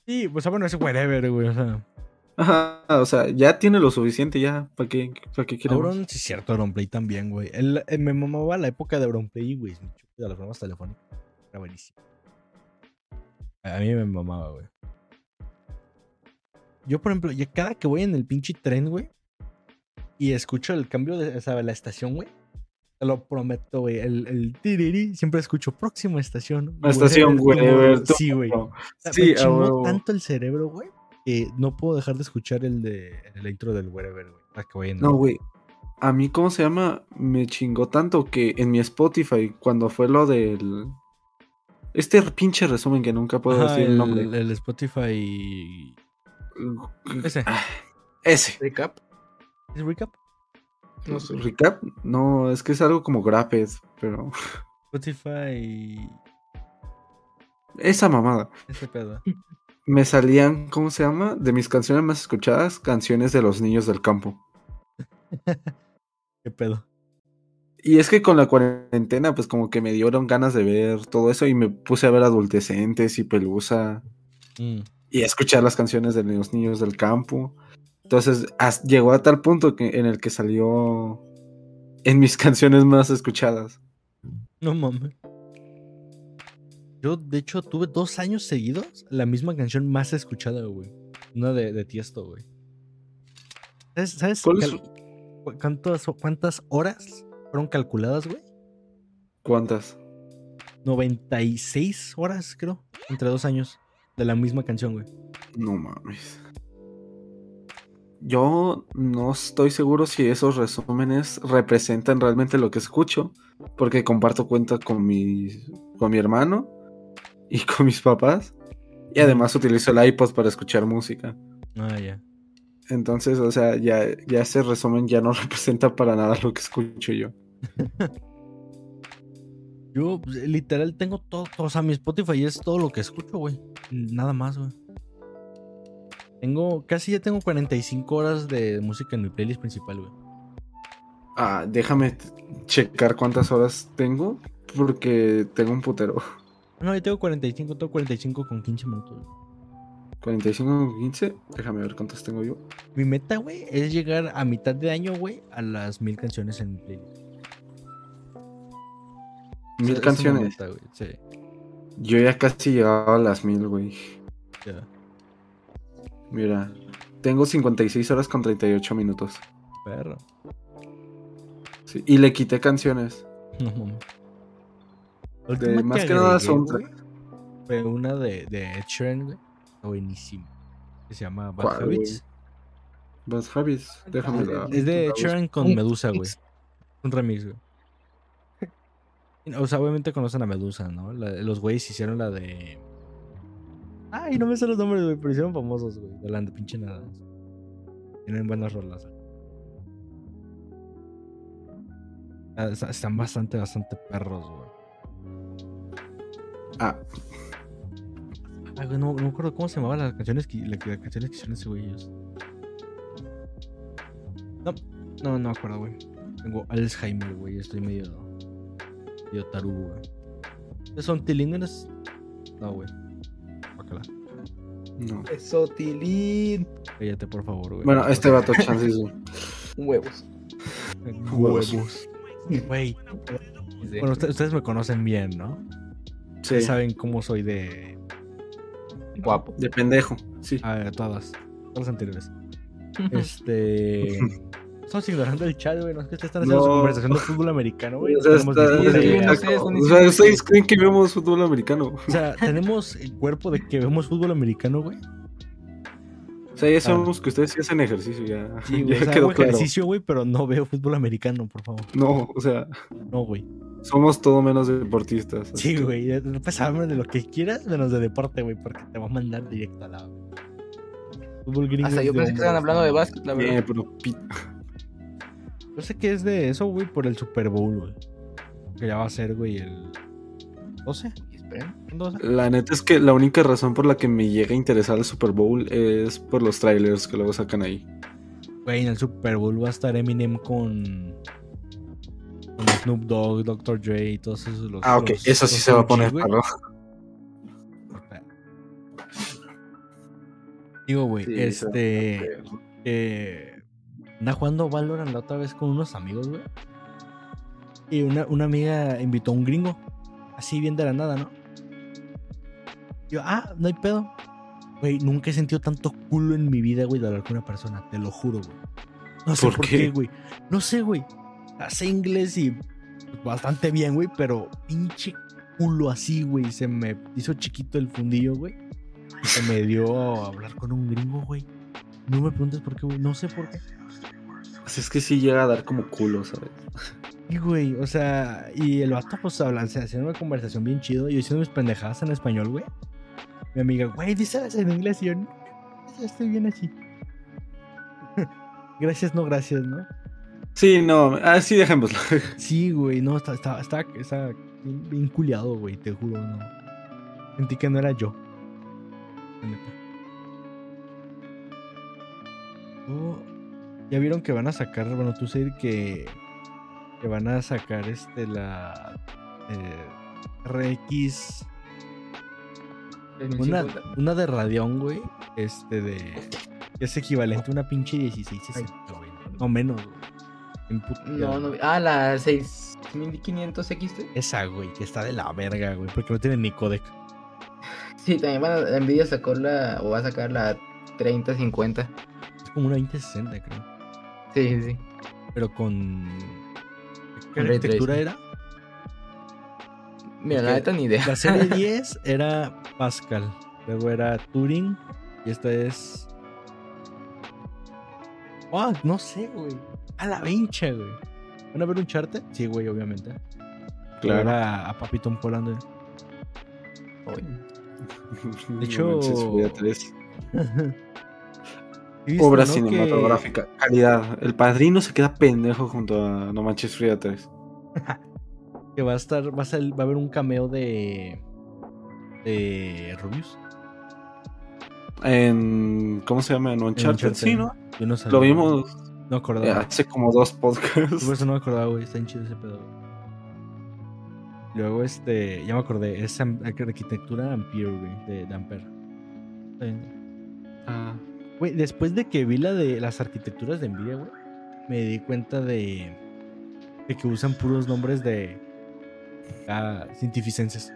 Sí, pues ah, bueno, ese whatever, güey. O sea,
Ajá, o sea, ya tiene lo suficiente, ya. ¿Para qué, para qué queremos?
Auron, sí es cierto, Auronplay también, güey. El- eh, me mamaba la época de Auronplay, güey. De las bromas telefónicas. Era buenísimo. A mí me mamaba, güey. Yo, por ejemplo, ya cada que voy en el pinche tren, güey, y escucho el cambio de o sea, de la estación, güey, te lo prometo, güey. El, el tiriri, siempre escucho próxima estación.
La estación,
güey.
güey.
Sí, güey.
tú-
sea,
Sí,
me chingó
a huevo.
tanto el cerebro, güey, que no puedo dejar de escuchar el de el intro del wherever, güey. Para que vayan.
No, güey. A mí, ¿cómo se llama? Me chingó tanto que en mi Spotify, cuando fue lo del. Este pinche resumen que nunca puedo
Ajá,
decir el nombre.
El Spotify. Ese.
Ah, Ese.
Recap,
¿Es recap?
no sé.
¿Recap? No, es que es algo como Grappes, pero.
Spotify.
Esa mamada.
Ese pedo.
Me salían, ¿cómo se llama? De mis canciones más escuchadas, canciones de los niños del campo.
¿Qué pedo?
Y es que con la cuarentena, pues como que me dieron ganas de ver todo eso y me puse a ver adolescentes y pelusa
Mm.
y a escuchar las canciones de los niños del campo. Entonces as- llegó a tal punto que, en el que salió en mis canciones más escuchadas.
No mames. Yo, de hecho, tuve dos años seguidos la misma canción más escuchada, güey. Una de, de Tiesto, güey. ¿Sabes, sabes
¿Cuál es
cal- cu- cuántas, cuántas horas fueron calculadas, güey?
¿Cuántas?
96 horas, creo, entre dos años de la misma canción, güey.
No mames. Yo no estoy seguro si esos resúmenes representan realmente lo que escucho, porque comparto cuenta con mi, con mi hermano y con mis papás, y además utilizo el iPod para escuchar música.
Ah, ya.
Entonces, o sea, ya, ya ese resumen ya no representa para nada lo que escucho yo.
Yo pues, literal tengo todo, todo, o sea, mi Spotify es todo lo que escucho, güey. Nada más, güey. Tengo, casi ya tengo 45 horas de música en mi playlist principal, güey.
Ah, déjame t- checar cuántas horas tengo, porque tengo un putero.
No, yo tengo 45, tengo 45 con 15 minutos. güey.
45, 15, déjame ver cuántas tengo yo.
Mi meta, güey, es llegar a mitad de año, güey, a las mil canciones en mi playlist. O sea,
Mil
esa es mi
canciones.
meta, güey, sí.
Yo ya casi llegaba a las mil, güey.
Ya,
Mira, tengo 56 horas con 38 minutos.
perro.
Sí, y le quité canciones.
No mames. La
De-
última
más que nada
agregué,
son
güey, Fue una de, de Ed Sheeran, güey. Está buenísima. Que se llama Bad
¿Cuál,
Habits.
Bad Habits, déjame
Ah,
la-
Es de
la
Ed
busco.
Sheeran con
Un
Medusa, güey.
remix.
Un remix, güey. Y, O sea, obviamente conocen a Medusa, ¿no? La- los güeyes hicieron la de. Ay, no me sé los nombres, güey, pero hicieron famosos, güey. De la de pinche nada. Tienen buenas rolas. Ah, está- Están bastante, bastante perros, güey.
Ah,
Ah, güey, no, no me acuerdo cómo se llamaban las canciones que, la- las canciones que hicieron ese güey ellos. No, no, no me acuerdo, güey. Tengo Alzheimer, güey. Estoy medio. medio tarugo, güey. ¿Qué ¿Son tilínganes? No, güey. Guácala.
no.
Eso, Tilín.
Cállate, por favor, güey.
este Bueno, este vato chances.
Huevos.
Huevos.
Güey.
Sí.
Bueno, usted- ustedes me conocen bien, ¿no?
Sí,
Saben cómo soy de.
Guapo.
de pendejo. Sí.
A ver, todas. Todas las anteriores. Este. Estamos ignorando el chat, güey. No es que ustedes están haciendo su
No.
conversación de fútbol americano, güey.
O
No
sea,
tenemos
está-
ni
es
puta
que yo
idea.
no sé, son
O sea, ¿ustedes creen que vemos fútbol americano?
O sea, tenemos el cuerpo de que vemos fútbol americano, güey.
O sea, ya sabemos que ustedes sí hacen ejercicio, ya,
Sí, güey.
ya
O sea,
quedó
hago
claro.
ejercicio, güey, pero no veo fútbol americano, por favor.
No, o sea,
No, güey.
somos todo menos deportistas.
Sí, güey. ya- No puedes hablar de lo que quieras menos de deporte, güey, porque te va a mandar directo a la. Fútbol gringo.
Hasta
es
yo
de
pensé que estaban
hombres.
hablando de básquet, la
Eh,
verdad.
pero pi-
Yo sé que es de eso, güey, por el Super Bowl, güey. Que ya va a ser, güey, el 12.
Esperen.
¿Son 12?
la neta es que la única razón por la que me llega a interesar el Super Bowl es por los trailers que luego sacan ahí.
Güey, en el Super Bowl va a estar Eminem con. Con Snoop Dogg, Dr. Dre y todos esos. Los,
Ah, ok,
los-
eso sí
los
se va a
OGs,
poner
güey.
perro.
Digo, güey,
Sí, se va a
este.
poner perro.
eh, andaba jugando Valorant la otra vez con unos amigos, güey. Y una, una amiga invitó a un gringo. Así bien de la nada, ¿no? Yo, ah, no hay pedo. Güey, nunca he sentido tanto culo en mi vida, güey, de hablar con una persona. Te lo juro, güey. No sé por,
¿Por qué?
qué, güey. No sé, güey. Hace inglés y pues, bastante bien, güey, pero pinche culo así, güey. Se me hizo chiquito el fundillo, güey. Se me dio a hablar con un gringo, güey. No me preguntes por qué, güey. No sé por qué.
Así Pues es que sí llega a dar como culo, ¿sabes?
Y, güey, o sea, y el vato, pues, hablan, se hacían una conversación bien chido. Yo diciendo mis pendejadas en español, güey. Mi amiga, güey, díselas en inglés. Y yo, "No, ya estoy bien así. gracias, no gracias, ¿no?
Sí, no, así dejémoslo.
Sí, güey, no, está, está, está, está bien, bien culiado, güey, te juro, no. Sentí que no era yo. La neta. Oh, ya vieron que van a sacar, bueno, tú sabes que, que van a sacar este, la eh, RX, una,
2050.
una de Radeon, güey, este de, que es equivalente a una pinche 1660, güey, no menos, güey. En puta-
No, no. Ah, la 6500 XT.
Esa, güey, que está de la verga, güey, porque no tiene ni codec.
Sí, también van a, Nvidia sacó la. O va a sacar la 3050.
Es como una 2060, creo.
Sí, sí, sí.
Pero con. ¿Qué
Con ray
arquitectura
tracing.
era?
Mira,
Ok.
la neta ni idea.
La serie 10 era Pascal, luego era Turing, y esta es. Ah, no sé, güey. A la vincha, güey. ¿Van a ver un charter? Sí, güey, obviamente.
Claro.
Ahora a Papitón Polando.
No
hecho-
manches, subí a tres.
Sí, viste,
Obra
¿no?
cinematográfica, calidad. El padrino se queda pendejo junto a No Manches Frida 3.
Que, que va a estar. Va a, ser- va a haber un cameo de. De Rubius.
En. ¿Cómo se llama? En Uncharted.
Uncharted.
Sí, ¿no?
Yo no sabía.
Lo vimos
No me
eh,
acordaba.
hace como dos podcasts.
Por eso no me acordaba, güey. Está bien chido ese pedo. güey. Luego, este. Ya me acordé. Es am- arquitectura Ampere, güey. De, de Ampere. Está bien.
Ah,
Güey, después de que vi la de las arquitecturas de Nvidia, güey. Me di cuenta de. De que usan puros nombres de. ah, cientificenses.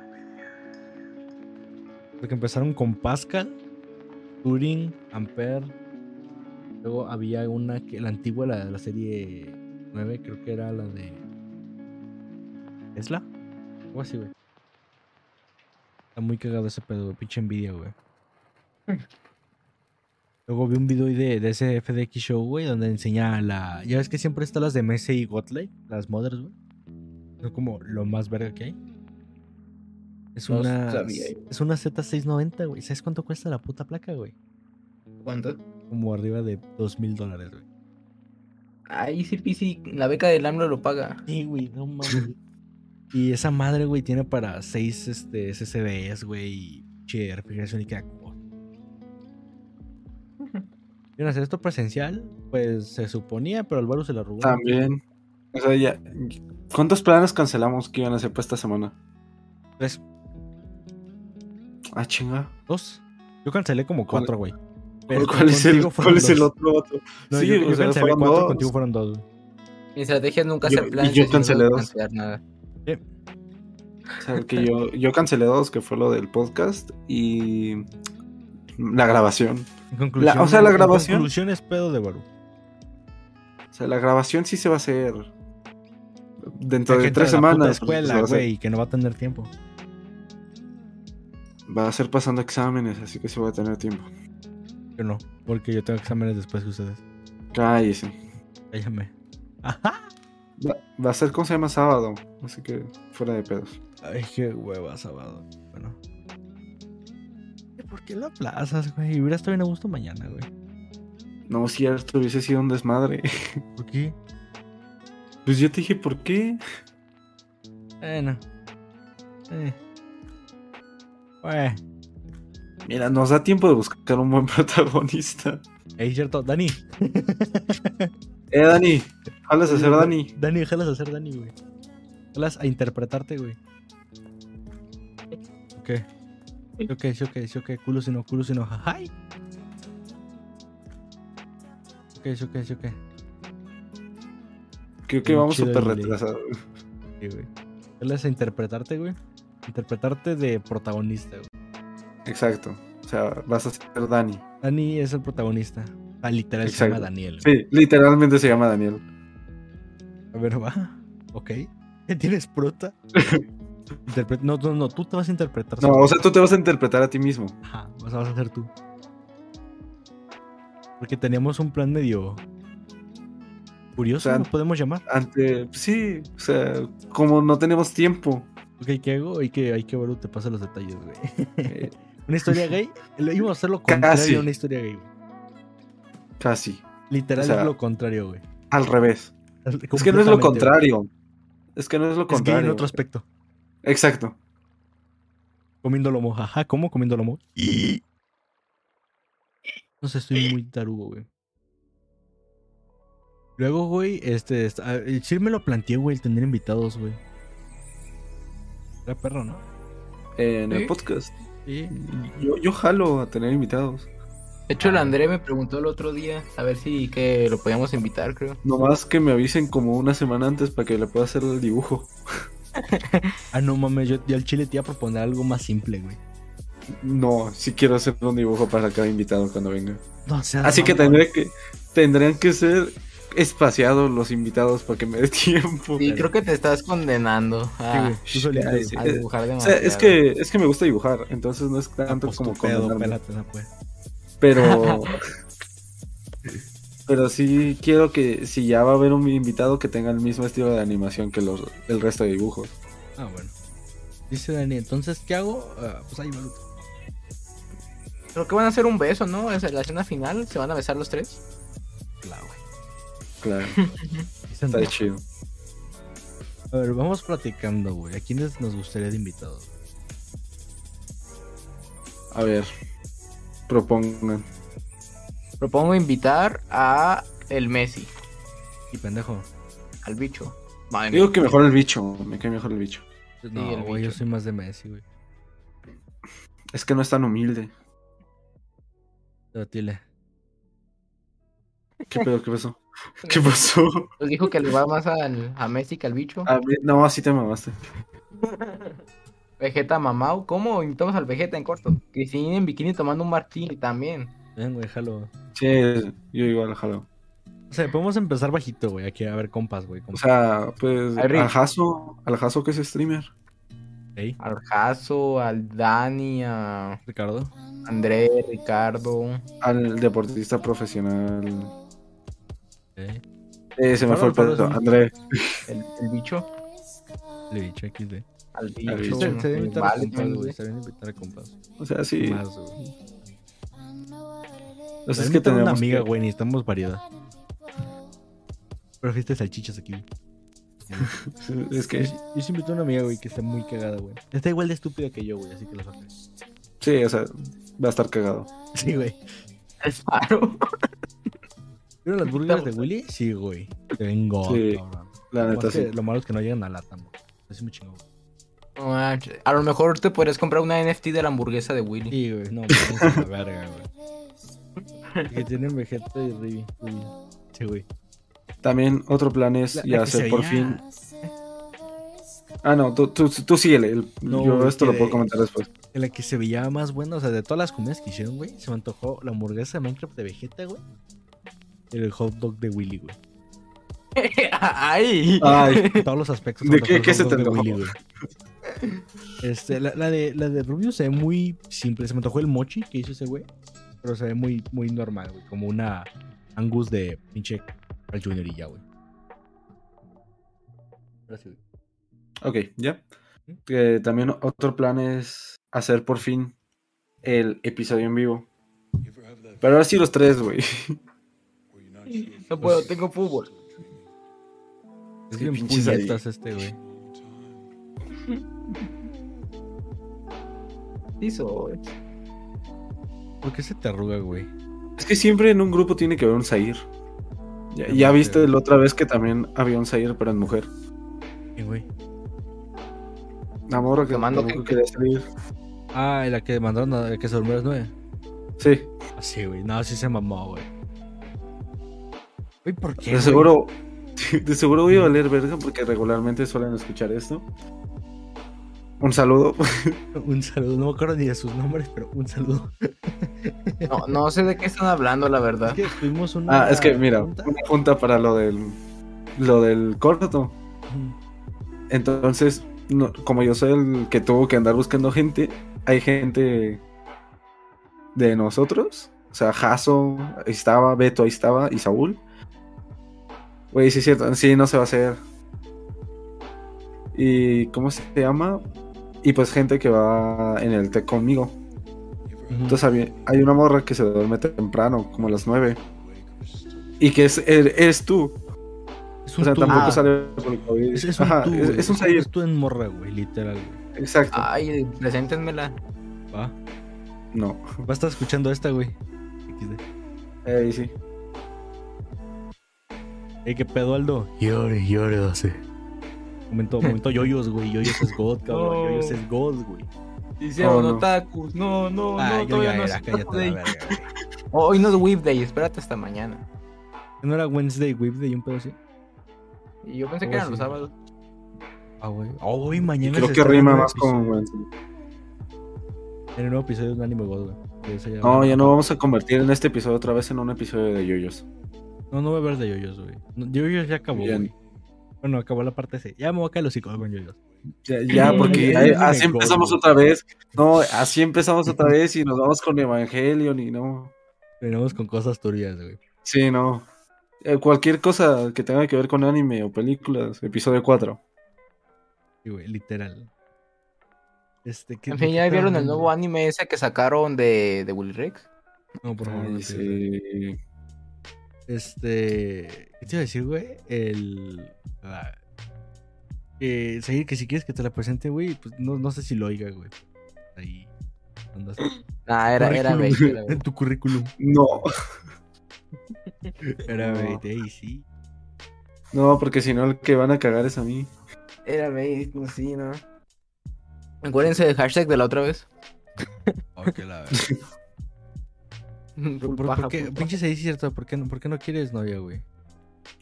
Porque empezaron con Pascal, Turing, Ampere. Luego había una que. La antigua, la de la serie 9, creo que era la de. ¿Tesla? Algo así, güey. Está muy cagado ese pedo, güey. Pinche envidia, güey. Luego vi un video ahí de, de ese FDX show, güey, donde enseña la. Ya ves que siempre están las de Messi y Gottlieb, las mothers, güey. Son como lo más verga que hay. Es
No
una.
sabía.
Es una Z690, güey. ¿Sabes cuánto cuesta la puta placa, güey?
¿Cuánto?
Como arriba de dos mil dólares, güey.
Ahí sí, PC, la beca del AMLO lo paga.
Sí, güey, no mames. y esa madre, güey, tiene para seis este, SSDs, güey, y che, refrigeración y queda como. Iban a hacer esto presencial, pues se suponía, pero Álvaro se la robó.
también. O sea, ya. ¿Cuántos planes cancelamos que iban a hacer para esta semana?
Tres,
Ah, chinga.
dos. Yo cancelé como
¿Cuál-
cuatro, güey.
¿Cuál, es el,
contigo fueron
¿cuál es el
dos.
otro vato?
No,
sí,
yo, yo
o sea,
cancelé
fueron
cuatro,
dos.
contigo fueron dos, güey.
Mi estrategia es nunca
Yo-
hacer planes.
y yo
así no
cancelé
debo
dos.
cancelar nada.
O sea, que yo, yo cancelé dos, que fue lo del podcast y la grabación.
En conclusión,
o sea, la
en
grabación.
conclusión es pedo de Baru.
O sea, la grabación sí se va a hacer dentro
La
de
gente
tres
la puta
semanas. pues, porque se
escuela,
va, a hacer-
güey, que no va a tener tiempo.
va a ser pasando exámenes, así que sí voy a tener tiempo.
Yo no, porque yo tengo exámenes después que ustedes.
Cállese.
Cállame. Ajá.
Va, va a ser, ¿cómo se llama? Sábado. Así que fuera de pedos.
Ay, qué hueva, sábado. Bueno. ¿Por qué lo aplazas, güey? Hubiera estado bien a gusto mañana, güey.
No, es cierto, hubiese sido un desmadre.
¿Por qué?
Pues yo te dije, ¿por qué?
Bueno. Eh. Güey.
Mira, nos da tiempo de buscar un buen protagonista.
Es cierto, Dani.
Eh, Dani, hablas de ser Dani.
Dani, déjalas hacer Dani, güey. Déjalas a interpretarte, güey. Ok. Sí, Ok, sí, ok, sí, ok. Culo sino, culo sino. ¡Ay! Ok, sí, ok, sí, ok.
Creo que
Bien
vamos
chido
súper
el delay.
retrasados.
Sí, güey. Déjalas a interpretarte, güey. Interpretarte de protagonista, güey.
Exacto. O sea, vas a ser Dani.
Dani es el protagonista. Ah, literal, se
Exacto.
llama Daniel. güey.
Sí, literalmente se llama Daniel.
A ver, va. Ok. ¿Tienes prota? Interpre- No, no, no, tú te vas a interpretar.
No,
solo.
o sea, tú te vas a interpretar a ti mismo.
Ajá, o sea, vas a hacer tú. Porque teníamos un plan medio curioso,
O sea,
¿lo podemos llamar?
Ante, sí, o sea, como no tenemos tiempo.
Ok, ¿qué hago? Hay que, hay que ver, te pasa los detalles, güey.
eh,
Una historia gay, lo- íbamos a hacer lo contrario a una historia gay, güey.
casi.
Literal
O sea,
es lo contrario, güey.
Al revés. Es que no es lo
Completamente,
contrario. Es que no es lo
güey. Es gay en
contrario.
otro aspecto.
Exacto.
Comiendo lomo, ajá, ¿cómo? Comiendo lomo. No sé, estoy muy tarugo, güey. Luego, güey, este, est- a- eh, sí me lo planteé, güey, el tener invitados, güey. Era perro, ¿no?
En el
Sí.
podcast.
Sí.
Yo, yo jalo a tener invitados.
De hecho, el André me preguntó el otro día a ver si que lo podíamos invitar, creo.
Nomás que me avisen como una semana antes para que le pueda hacer el dibujo.
Ah, no mames, yo, yo al chile te iba a proponer algo más simple, güey.
No, sí quiero hacer un dibujo para cada invitado cuando venga.
Ah, No, o sea,
Así que
mamón.
tendré que tendrían que ser espaciados los invitados para que me dé tiempo.
Sí, creo que te estás condenando
Sí,
a,
güey, Ah, tú solito, ah,
Ay,
güey.
sí.
a dibujar
O sea,
demasiado.
es que es que me gusta dibujar, entonces no es
Ah,
tanto
pues,
como
tu pedo,
condenarme.
pélatela, pues.
Pero pero sí quiero que si ya va a haber un invitado que tenga el mismo estilo de animación que los, el resto de dibujos.
Ah, bueno. Dice Dani, entonces, ¿qué hago? Ah, pues ahí, baluta.
Creo que van a hacer un beso, ¿no? Es la escena final, se van a besar los tres.
Claro, güey.
Claro,
Dicen,
está chido.
A ver, vamos platicando, güey. ¿A quiénes nos gustaría de invitados?
A ver, propongan.
Propongo invitar a el Messi,
Y pendejo.
al bicho. Madre
Digo
mía.
que mejor el bicho, me cae mejor el bicho.
No,
el
güey, yo
bicho.
soy más de Messi, güey.
Es que no es tan humilde.
Dile.
¿Qué pedo? ¿Qué pasó? ¿Qué pasó?
Pues dijo que le va más al- a Messi que al bicho.
A ver, no, así te mamaste.
Vegeta mamau. ¿Cómo invitamos al Vegeta en corto? Cristina en bikini tomando un martini también.
Ven, güey, jalo.
Sí, yo igual jalo.
O sea, podemos empezar bajito, güey. Aquí, a ver, compas, güey.
O
compas.
sea, pues
Al Rich.
al Jaso, al Jaso que es streamer.
Ey,
Al Jaso, al Dani, a
Ricardo.
André, Ricardo.
Al deportista profesional.
Ey,
Eh, se me
Claro,
fue el
claro,
pedo.
sí.
André.
El, el bicho.
le he dicho XD.
Al
Al
bicho.
bicho.
Se se debe
el
invitar a
Vale,
compas, güey.
güey.
Se debe invitar a compas.
O sea, sí.
Más, güey.
O sea, es
Debe
que
invitar a
tenemos.
una amiga,
que-
güey. Necesitamos variedad. Pero fiesta de salchichas aquí, güey.
Es
Yo,
que.
yo sí invito a una amiga, güey, que está muy cagada, güey. Está igual de estúpida que yo, güey, así que la saqué.
Sí, o sea, va a estar cagado.
Sí, güey.
Claro.
¿Vieron las burgers de Willy? Sí, güey. Se ven god,
Sí,
cabrón.
La
Lo
neta
más que-
sí.
Lo malo es que no llegan a la tambo. Es muy chingón.
No manches. A lo mejor te podrías comprar una NFT de la hamburguesa de Willy.
Sí, güey, no, vamos a la verga, güey. Que tienen Vegeta y Ribi. Ribi. Sí, güey.
También otro plan es
La- la
ya
que se
hacer por
veía-
fin. Ah, no, tú, tú, tú síguele. el-
No,
yo
es
esto
que
lo
de-
puedo comentar después.
En la que se veía más buena, o sea, de todas las comidas que hicieron, güey, se me antojó la hamburguesa de Minecraft de Vegeta, güey. Y el hot dog de Willy, güey.
¡Ay!
Ay,
En todos los aspectos.
¿De
me antojó
qué-
el
qué
hot
se
dog
te
de Willy, güey. Este, la, la de, la de Rubio se ve muy simple. Se me antojó el mochi que hizo ese güey. Pero se ve muy, muy normal, güey. Como una Angus de pinche al Junior y ya, güey. Ahora sí, güey.
ok, ya. Que también otro plan es hacer por fin el episodio en vivo. Pero ahora sí los tres, güey.
No puedo, tengo fútbol.
Es
que
bien
pinches
puñetas este, güey.
Sí soy.
¿Por qué se te arruga, güey?
Es que siempre en un grupo tiene que haber un Zair. Ya, ya viste la otra vez que también había un Zair, pero en mujer.
Eh, güey.
La morra que
Tomando
tampoco
gente.
quería salir.
Ah, la que mandaron a la que se durmió a las nueve.
Sí,
Ah, sí, güey. No, sí se mamó, güey. Güey, ¿por qué?
de
güey?
seguro. De seguro voy a valer verga porque regularmente suelen escuchar esto. Un saludo.
Un saludo. No me acuerdo ni de sus nombres, pero un saludo.
No, no sé de qué están hablando, la
Es
verdad.
que tuvimos una.
Ah, es que mira,
junta.
una punta para lo del lo del corto. Entonces, no- como yo soy el que tuvo que andar buscando gente, hay gente de nosotros. O sea, Jaso, ahí estaba, Beto, ahí estaba, y Saúl. Güey, sí es cierto, sí, no se va a hacer. Y, ¿cómo se llama? Y pues gente que va en el té conmigo. Entonces había- hay una morra que se duerme temprano, como a las 9. Y que es, er- eres tú.
es
O sea,
tú,
tampoco
güey.
sale por el COVID.
Es, es un
Ajá,
tú,
es,
güey. Ah.
es un salir,
Es tú en morra, güey, literal. güey.
exacto.
Ay, preséntenmela.
Va.
No,
Va a estar escuchando esta, güey. XD.
ahí sí.
Ey, qué pedo, Aldo. Llore, llore, doce. Momento, momento yoyos, güey. Yoyos es God, cabrón.
No.
Yoyos es God, güey.
Hicieron
no.
otakus. No, Oh, no,
Ah,
no,
yo ya
todavía no
era,
es
cállate
Day.
la verga, güey.
Hoy no es Whip Day, espérate hasta mañana.
¿No era Wednesday, Wednesday, un pedo así?
Y yo pensé
Oh,
que eran
sí.
los sábados.
Ah, güey. Ah, güey, mañana
Creo
se
que
estrena
rima
un
más
episodio-
con Wednesday.
En el nuevo episodio de un anime God, güey. De eso ya-
No, ya no vamos a convertir en este episodio otra vez en un episodio de Yoyos.
No, no voy a hablar de yoyos, güey. No, yoyos ya acabó,
Bien.
güey. Bueno, acabó la parte C. Ya me voy a caer los hocico con yoyos.
Ya, ya, porque
Eh,
ahí-
eh,
así
eh,
empezamos
gordo.
otra vez. No, así empezamos otra vez y nos vamos con Evangelion y no.
Venimos con cosas turbias, güey.
Sí, no. Eh, cualquier cosa que tenga que ver con anime o películas, episodio 4.
Sí, güey, literal. Este, ¿qué-
En
de
fin,
qué
¿ya
estaba
vieron el
hablando?
nuevo anime ese que sacaron de, de Willy Rex?
No, por favor. no
Ay,
te digas.
sí.
Este. ¿Qué te iba a decir, güey? El. la- Que, seguir, que si quieres que te la presente, güey, pues no, no sé si lo oiga, güey. Ahí. Andas.
Ah, era, era
Currículum.
Bake, era
En
Bake.
tu currículum.
No,
Era,
No.
güey, de ahí sí.
no, porque si no, el que van a cagar es a mí.
Era Bake, no, sí, ¿no? Acuérdense del hashtag de la otra vez.
Ok, la verdad.
Full
¿Por, por,
paja,
por qué?
full paja.
Pinches ahí, cierto. ¿Por qué, no, ¿Por qué no quieres novia, güey?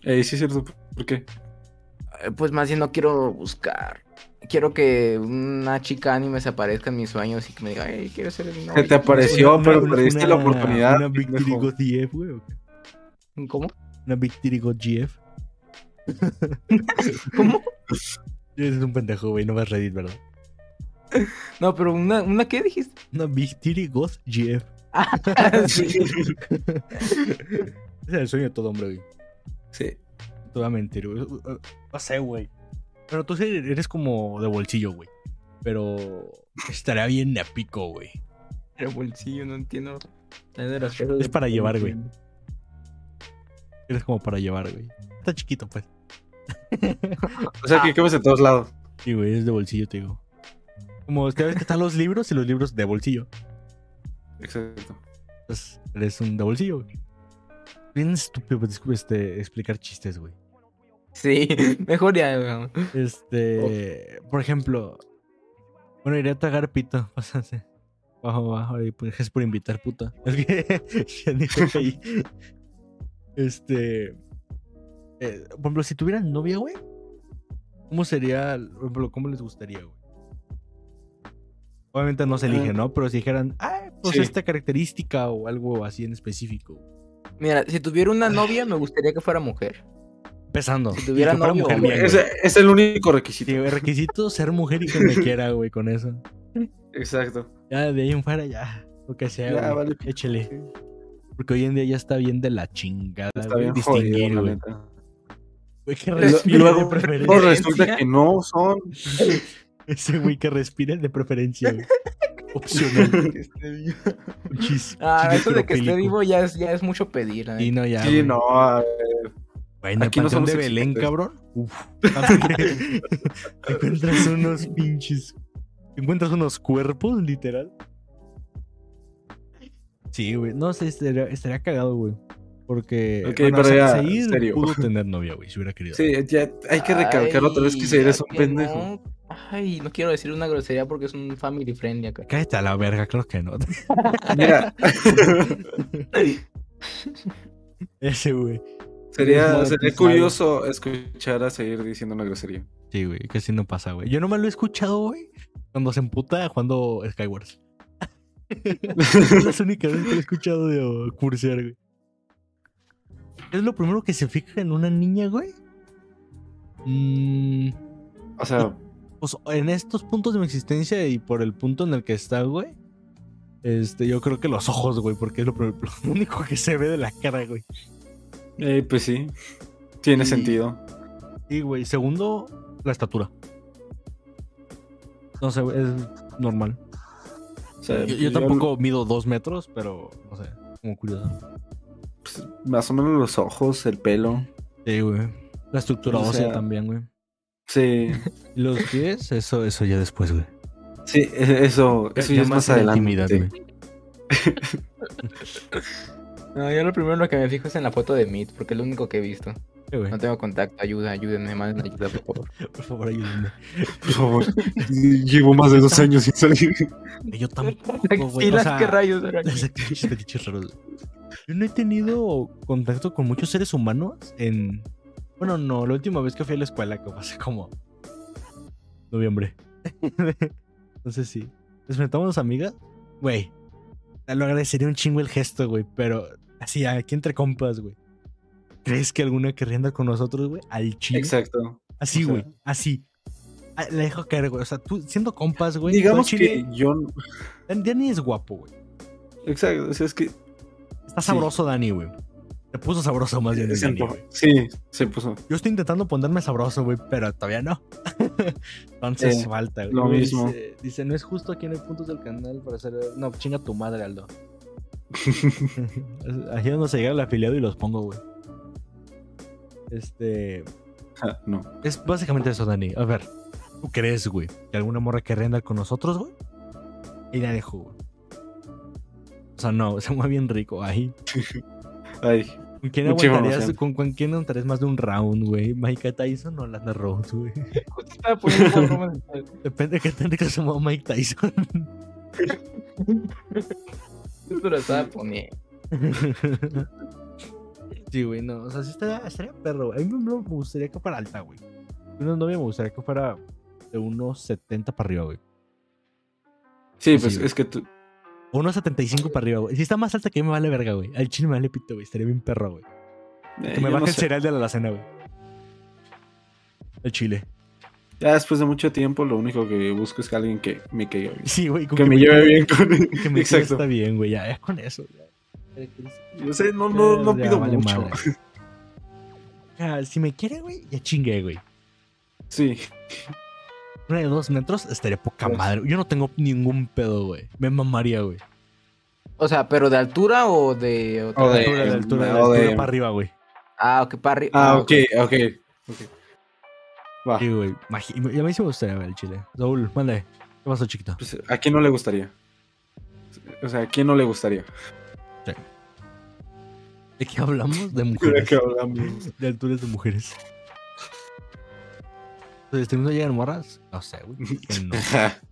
Eh, sí, es cierto. ¿Por qué?
Eh, Pues más bien no quiero buscar. Quiero que una chica anime se aparezca en mis sueños y que me diga, hey, quiero ser mi
Se te
novia.
apareció,
Una-
pero
una-
perdiste la
una-
oportunidad.
Una Big
pendejo.
Tirigo GF, güey. ¿o qué?
¿Cómo?
Una Big Tirigo GF.
¿Cómo?
Eres un pendejo, güey. No vas a reír, ¿verdad?
No, pero una, una ¿qué dijiste?
Una Big Tirigo GF.
Ah, Sí.
Ese es el sueño de todo hombre, güey.
Sí.
No Te voy a mentir, güey. Uh, No sé, güey. Pero tú sí eres como de bolsillo, güey. Pero estaría bien a pico, güey.
Era bolsillo, pues, no entiendo.
Es para llevar, güey. Eres como para llevar, güey. Está chiquito, pues.
O sea, que quemes en todos lados.
Sí, güey, es de bolsillo, te digo. Como ya ves que están los libros y los libros de bolsillo.
Exacto.
Entonces, eres un de bolsillo, güey. Bien estúpido pues, disculpe, este, explicar chistes, güey.
Sí, mejor ya, güey.
Este, por ejemplo, bueno, iré a tragar pito, pásate. Bajo, bajo, y pues, es por invitar, puta. Es que ya ni sé qué ahí. Este, eh, por ejemplo, si tuvieran novia, güey, ¿cómo sería, por ejemplo, cómo les gustaría, güey? Obviamente
Ah.
no se elige, ¿no? Pero si dijeran, ah, pues
Sí.
esta característica o algo así en específico.
Mira, si tuviera una novia, me gustaría que fuera mujer.
Empezando.
Si tuviera
Y que fuera
novio,
mujer
güey.
bien,
Ese
güey.
es el único requisito.
Sí, güey, requisito ser mujer y que me quiera, güey, con eso.
Exacto.
Ya, de ahí en fuera, ya. Lo que sea,
Ya,
güey,
vale.
Échele. Porque hoy en día ya está bien de la chingada,
Está
güey,
bien
distinguir,
jodido, la
güey.
neta.
Güey, que
Y
respire
luego-
de preferencia.
No, resulta que no son.
Ese güey que respire de preferencia, güey. Opcional. Un chis-
Ah,
chile
eso de que esté
tropílico.
vivo ya es, ya es mucho pedir. la
Y
neta.
no, ya.
Sí,
güey.
no. a ver,
Güey, en el
Aquí no
panteón
somos
de Belén,
exigentes.
cabrón. Uf. Te encuentras unos pinches. Te encuentras unos cuerpos, literal. Sí, güey. No sé, estaría, estaría cagado, güey. Porque.
Ok, pero
Sa-
ya,
Said
en serio.
pudo tener novia, güey, si hubiera querido.
Sí, ya hay que recalcar otra vez que
Ay,
se eres
ya
un
que
pendejo.
no. Ay, no quiero decir una grosería porque es un family friendly acá.
Cállate a la verga, creo que no.
Mira,
Ese, güey.
sería,
Desmonetizado.
sería curioso escuchar a seguir diciendo una grosería.
Sí, güey, casi no pasa, güey. Yo nomás lo he escuchado, güey, cuando se emputa jugando Skyward. es la única vez que lo he escuchado de oh, cursear, güey. ¿Es lo primero que se fija en una niña, güey? Mm,
O sea,
pues en estos puntos de mi existencia y por el punto en el que está, güey. Este, yo creo que los ojos, güey, porque es lo, prim- lo único que se ve de la cara, güey.
eh, pues sí. Tiene
Sí.
sentido.
Sí, güey. Segundo, la estatura. No sé, güey, es normal.
O sea,
Yo, yo tampoco mido dos metros, pero no sé, como curioso.
pues, más o menos los ojos, el pelo.
Sí, güey. La estructura
O
ósea
sea-
también, güey.
Sí,
¿Y los pies? Eso, eso ya después, güey.
sí, e- eso, eso ya, es más
en la
adelante.
intimidad,
sí.
güey.
No, yo lo primero en lo que me fijo es en la foto de Meet, porque es lo único que he visto.
Sí, güey.
No tengo contacto, ayuda, ayúdenme, manden ayuda, por favor.
Por favor, ayúdenme.
Por favor, llevo más de dos años sin salir.
Yo tampoco, güey. O
Axilas,
sea,
qué rayos. era?
las pinches fetiches raros, güey. Yo no he tenido contacto con muchos seres humanos en... Bueno, no. La última vez que fui a la escuela, que fue hace como... Noviembre. Entonces sí. Nos metamos amigas. Güey. Lo agradecería un chingo el gesto, güey. Pero así, aquí entre compas, güey. ¿Crees que alguna querría andar con nosotros, güey? Al chile.
Exacto.
Así,
o sea.
güey. Así. Ah, La dejo caer, güey. O sea, tú siendo compas, güey.
Digamos
tú al
que
chile,
yo.
Dan- Dani es guapo, güey.
Exacto, o sea, es que.
Está
Sí.
sabroso, Dani, güey. Te puso sabroso más bien.
es
Dani,
el-
güey.
sí, se puso.
Yo estoy intentando ponerme sabroso, güey, pero todavía no. Entonces
Eh,
falta, güey.
lo
Güey,
mismo.
Dice, dice, no es justo aquí en el puntos del canal para hacer. No, chinga tu madre, Aldo. Aquí es donde se llega el afiliado y los pongo, güey. Este.
Ah, no.
Es básicamente eso, Dani. A ver, ¿tú crees, güey, que alguna morra querría andar con nosotros, güey? Y la dejo, güey. O sea, no, se mueve bien rico ahí.
Ay,
¿Con quién
Muchísima
aguantarías?
emoción.
¿Con, con quién aguantarías más de un round, güey? ¿Mike Tyson o Lana Rhodes, güey?
Justo estaba poniendo esa broma de-
Depende de qué tan rico se mueva Mike Tyson.
Justo la estaba poniendo.
sí, güey, no. O sea, sí estaría, estaría perro, güey. A mí me me gustaría que fuera alta, güey. Una novia me gustaría que fuera de unos 70 para arriba, güey.
sí,
Sí,
pues
güey.
es que tú.
O unos 75 para arriba, güey. Si está más alta que yo, me vale verga, güey. Al chile me vale pito, güey. Estaría bien perro, güey.
eh,
Que me
yo
baje
no
el
sé.
cereal de la alacena, güey. El chile.
Ya después de mucho tiempo, lo único que busco es que alguien que me caiga bien.
Sí, güey. con
Que me lleve bien con.
Que me diga,
Exacto.
está bien, güey. Ya, ya con eso. ya.
Yo sé, no, no, no
Ya
pido
vale
mucho.
madre. Ya, si me quiere, güey, ya chingué, güey.
Sí,
Una de dos metros estaría poca
Dos.
madre. Yo no tengo ningún pedo, güey. Me mamaría, güey.
O sea, ¿pero de altura o de...? otra
O de-
altura?
Altura, de altura, de
no,
altura
de-
para arriba, güey.
Ah, ok, para arriba.
Ah, ok, ok. okay. Va.
Sí, güey. Imagi- Y a mí sí me gustaría ver el chile. Saúl, mande. ¿Qué pasó, chiquito?
Pues, ¿A quién no le gustaría? O sea, ¿a quién no le gustaría?
¿De qué hablamos? De
¿De
mujeres.
qué hablamos?
De alturas de mujeres. Entonces, ¿tenemos que llegar morras? No sé, güey. Es que no.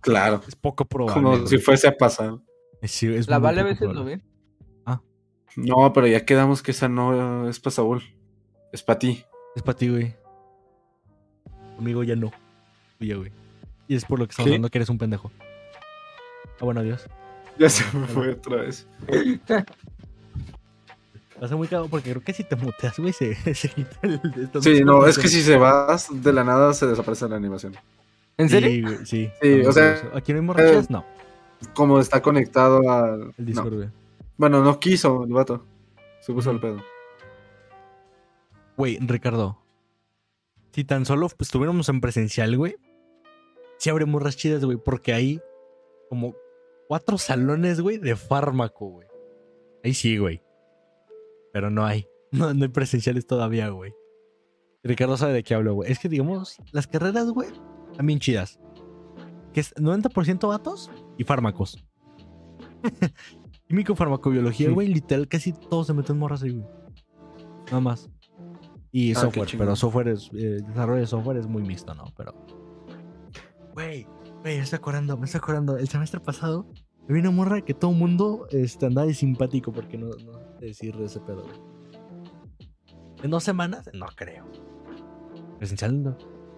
claro.
Es poco probable.
Como
güey.
si fuese a pasar.
Sí, es
La
muy
vale a
poco
veces lo
probable.
ven.
No, pero ya quedamos que esa no eh, es para Saúl. Es para ti.
Es para ti, güey. Conmigo ya no. Tuya, güey. Y es por lo que estamos
¿Qué?
hablando que eres un pendejo. Ah, bueno, adiós.
Ya se me fue otra vez.
Va a ser muy cagado porque creo que si te muteas, güey, se, se quita el... estas
Sí,
dos
no,
cosas.
es que si se vas de la nada se desaparece la animación.
¿En serio?
Sí, güey, sí.
Sí, o sea,
Eso. ¿Aquí no hay borrachas? No,
Como está conectado al.
el
no.
Discord, güey.
Bueno, no quiso el vato. Se puso
Ujú.
al pedo.
Güey, Ricardo. Si tan solo pues, estuviéramos en presencial, güey. Sí habremos morras chidas, güey. Porque hay como cuatro salones, güey, de fármaco, güey. Ahí sí, güey. Pero no hay. No, no hay presenciales todavía, güey. Ricardo sabe de qué hablo, güey. Es que, digamos, las carreras, güey, están bien chidas. Que es 90% vatos y fármacos. Químico, farmacobiología,
Sí.
güey. Literal, casi todos se meten morras ahí, güey. Nada más. Y
Ah, qué
software,
chingón.
pero software es, eh, desarrollo de software es muy mixto, ¿no? Pero. Güey, güey, me estoy acordando, me estoy acordando. El semestre pasado me vino morra que todo el mundo este, andaba de simpático porque no, no sé decir ese pedo, güey. ¿En dos semanas? No creo. Presencial no.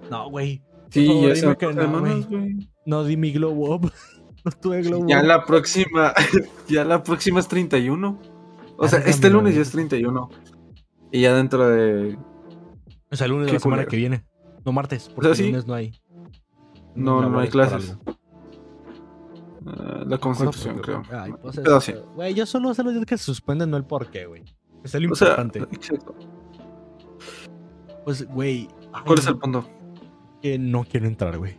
No, güey.
Sí,
favor,
ya se
dime
me
que
fue
no,
de manos,
güey.
güey.
No di mi glow up. No tuve glow
Ya
up.
la próxima. Ya la próxima es 31. O
Ah,
sea,
déjame
este lunes
ver.
ya es 31. Y ya dentro de.
O sea, el lunes de
Qué
la semana
culero.
que viene. No martes, porque el
sí.
lunes no hay.
No, no
labores para
hay clases.
algo.
ah, la constitución, creo.
Ay, pues
Pero
eso,
sí.
Güey, yo solo sé los días que se suspenden, no el por qué, güey. Es lo
O sea,
importante.
exacto.
pues, güey.
¿cuál es
ay,
el punto?
que no quiero entrar, güey.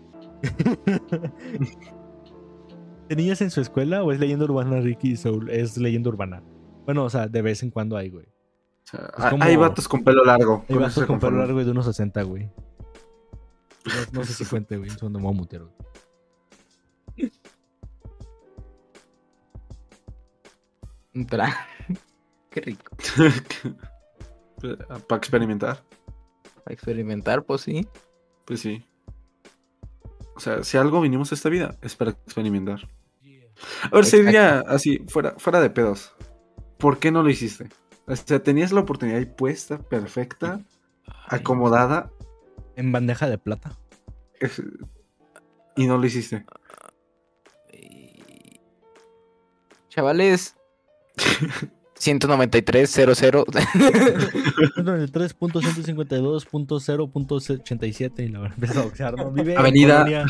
¿Tenías en su escuela o es leyenda urbana Ricky y Soul? Es leyenda urbana. Bueno, o sea, de vez en cuando hay, güey.
O sea,
es
Ah, hay-
como-
Hay vatos con pelo largo.
Hay
con
vasos
eso
con pelo
conformo.
largo y de unos 60, güey. No, no sé si cuente, güey. Un segundo, me voy a mutear, güey.
Un tra- Qué rico.
Para Pues, ah, experimentar.
Para experimentar, pues sí.
Pues sí. O sea, si algo vinimos a esta vida, es para experimentar. A ver, sería así, fuera, fuera de pedos. ¿Por qué no lo hiciste? O sea, tenías la oportunidad ahí puesta, perfecta, acomodada,
En bandeja de plata.
es- y no lo hiciste.
Y- Chavales. 193.00.
93.152.0.87 y la verdad empieza a boxear, ¿no? Vive en
Avenida.
Colonia,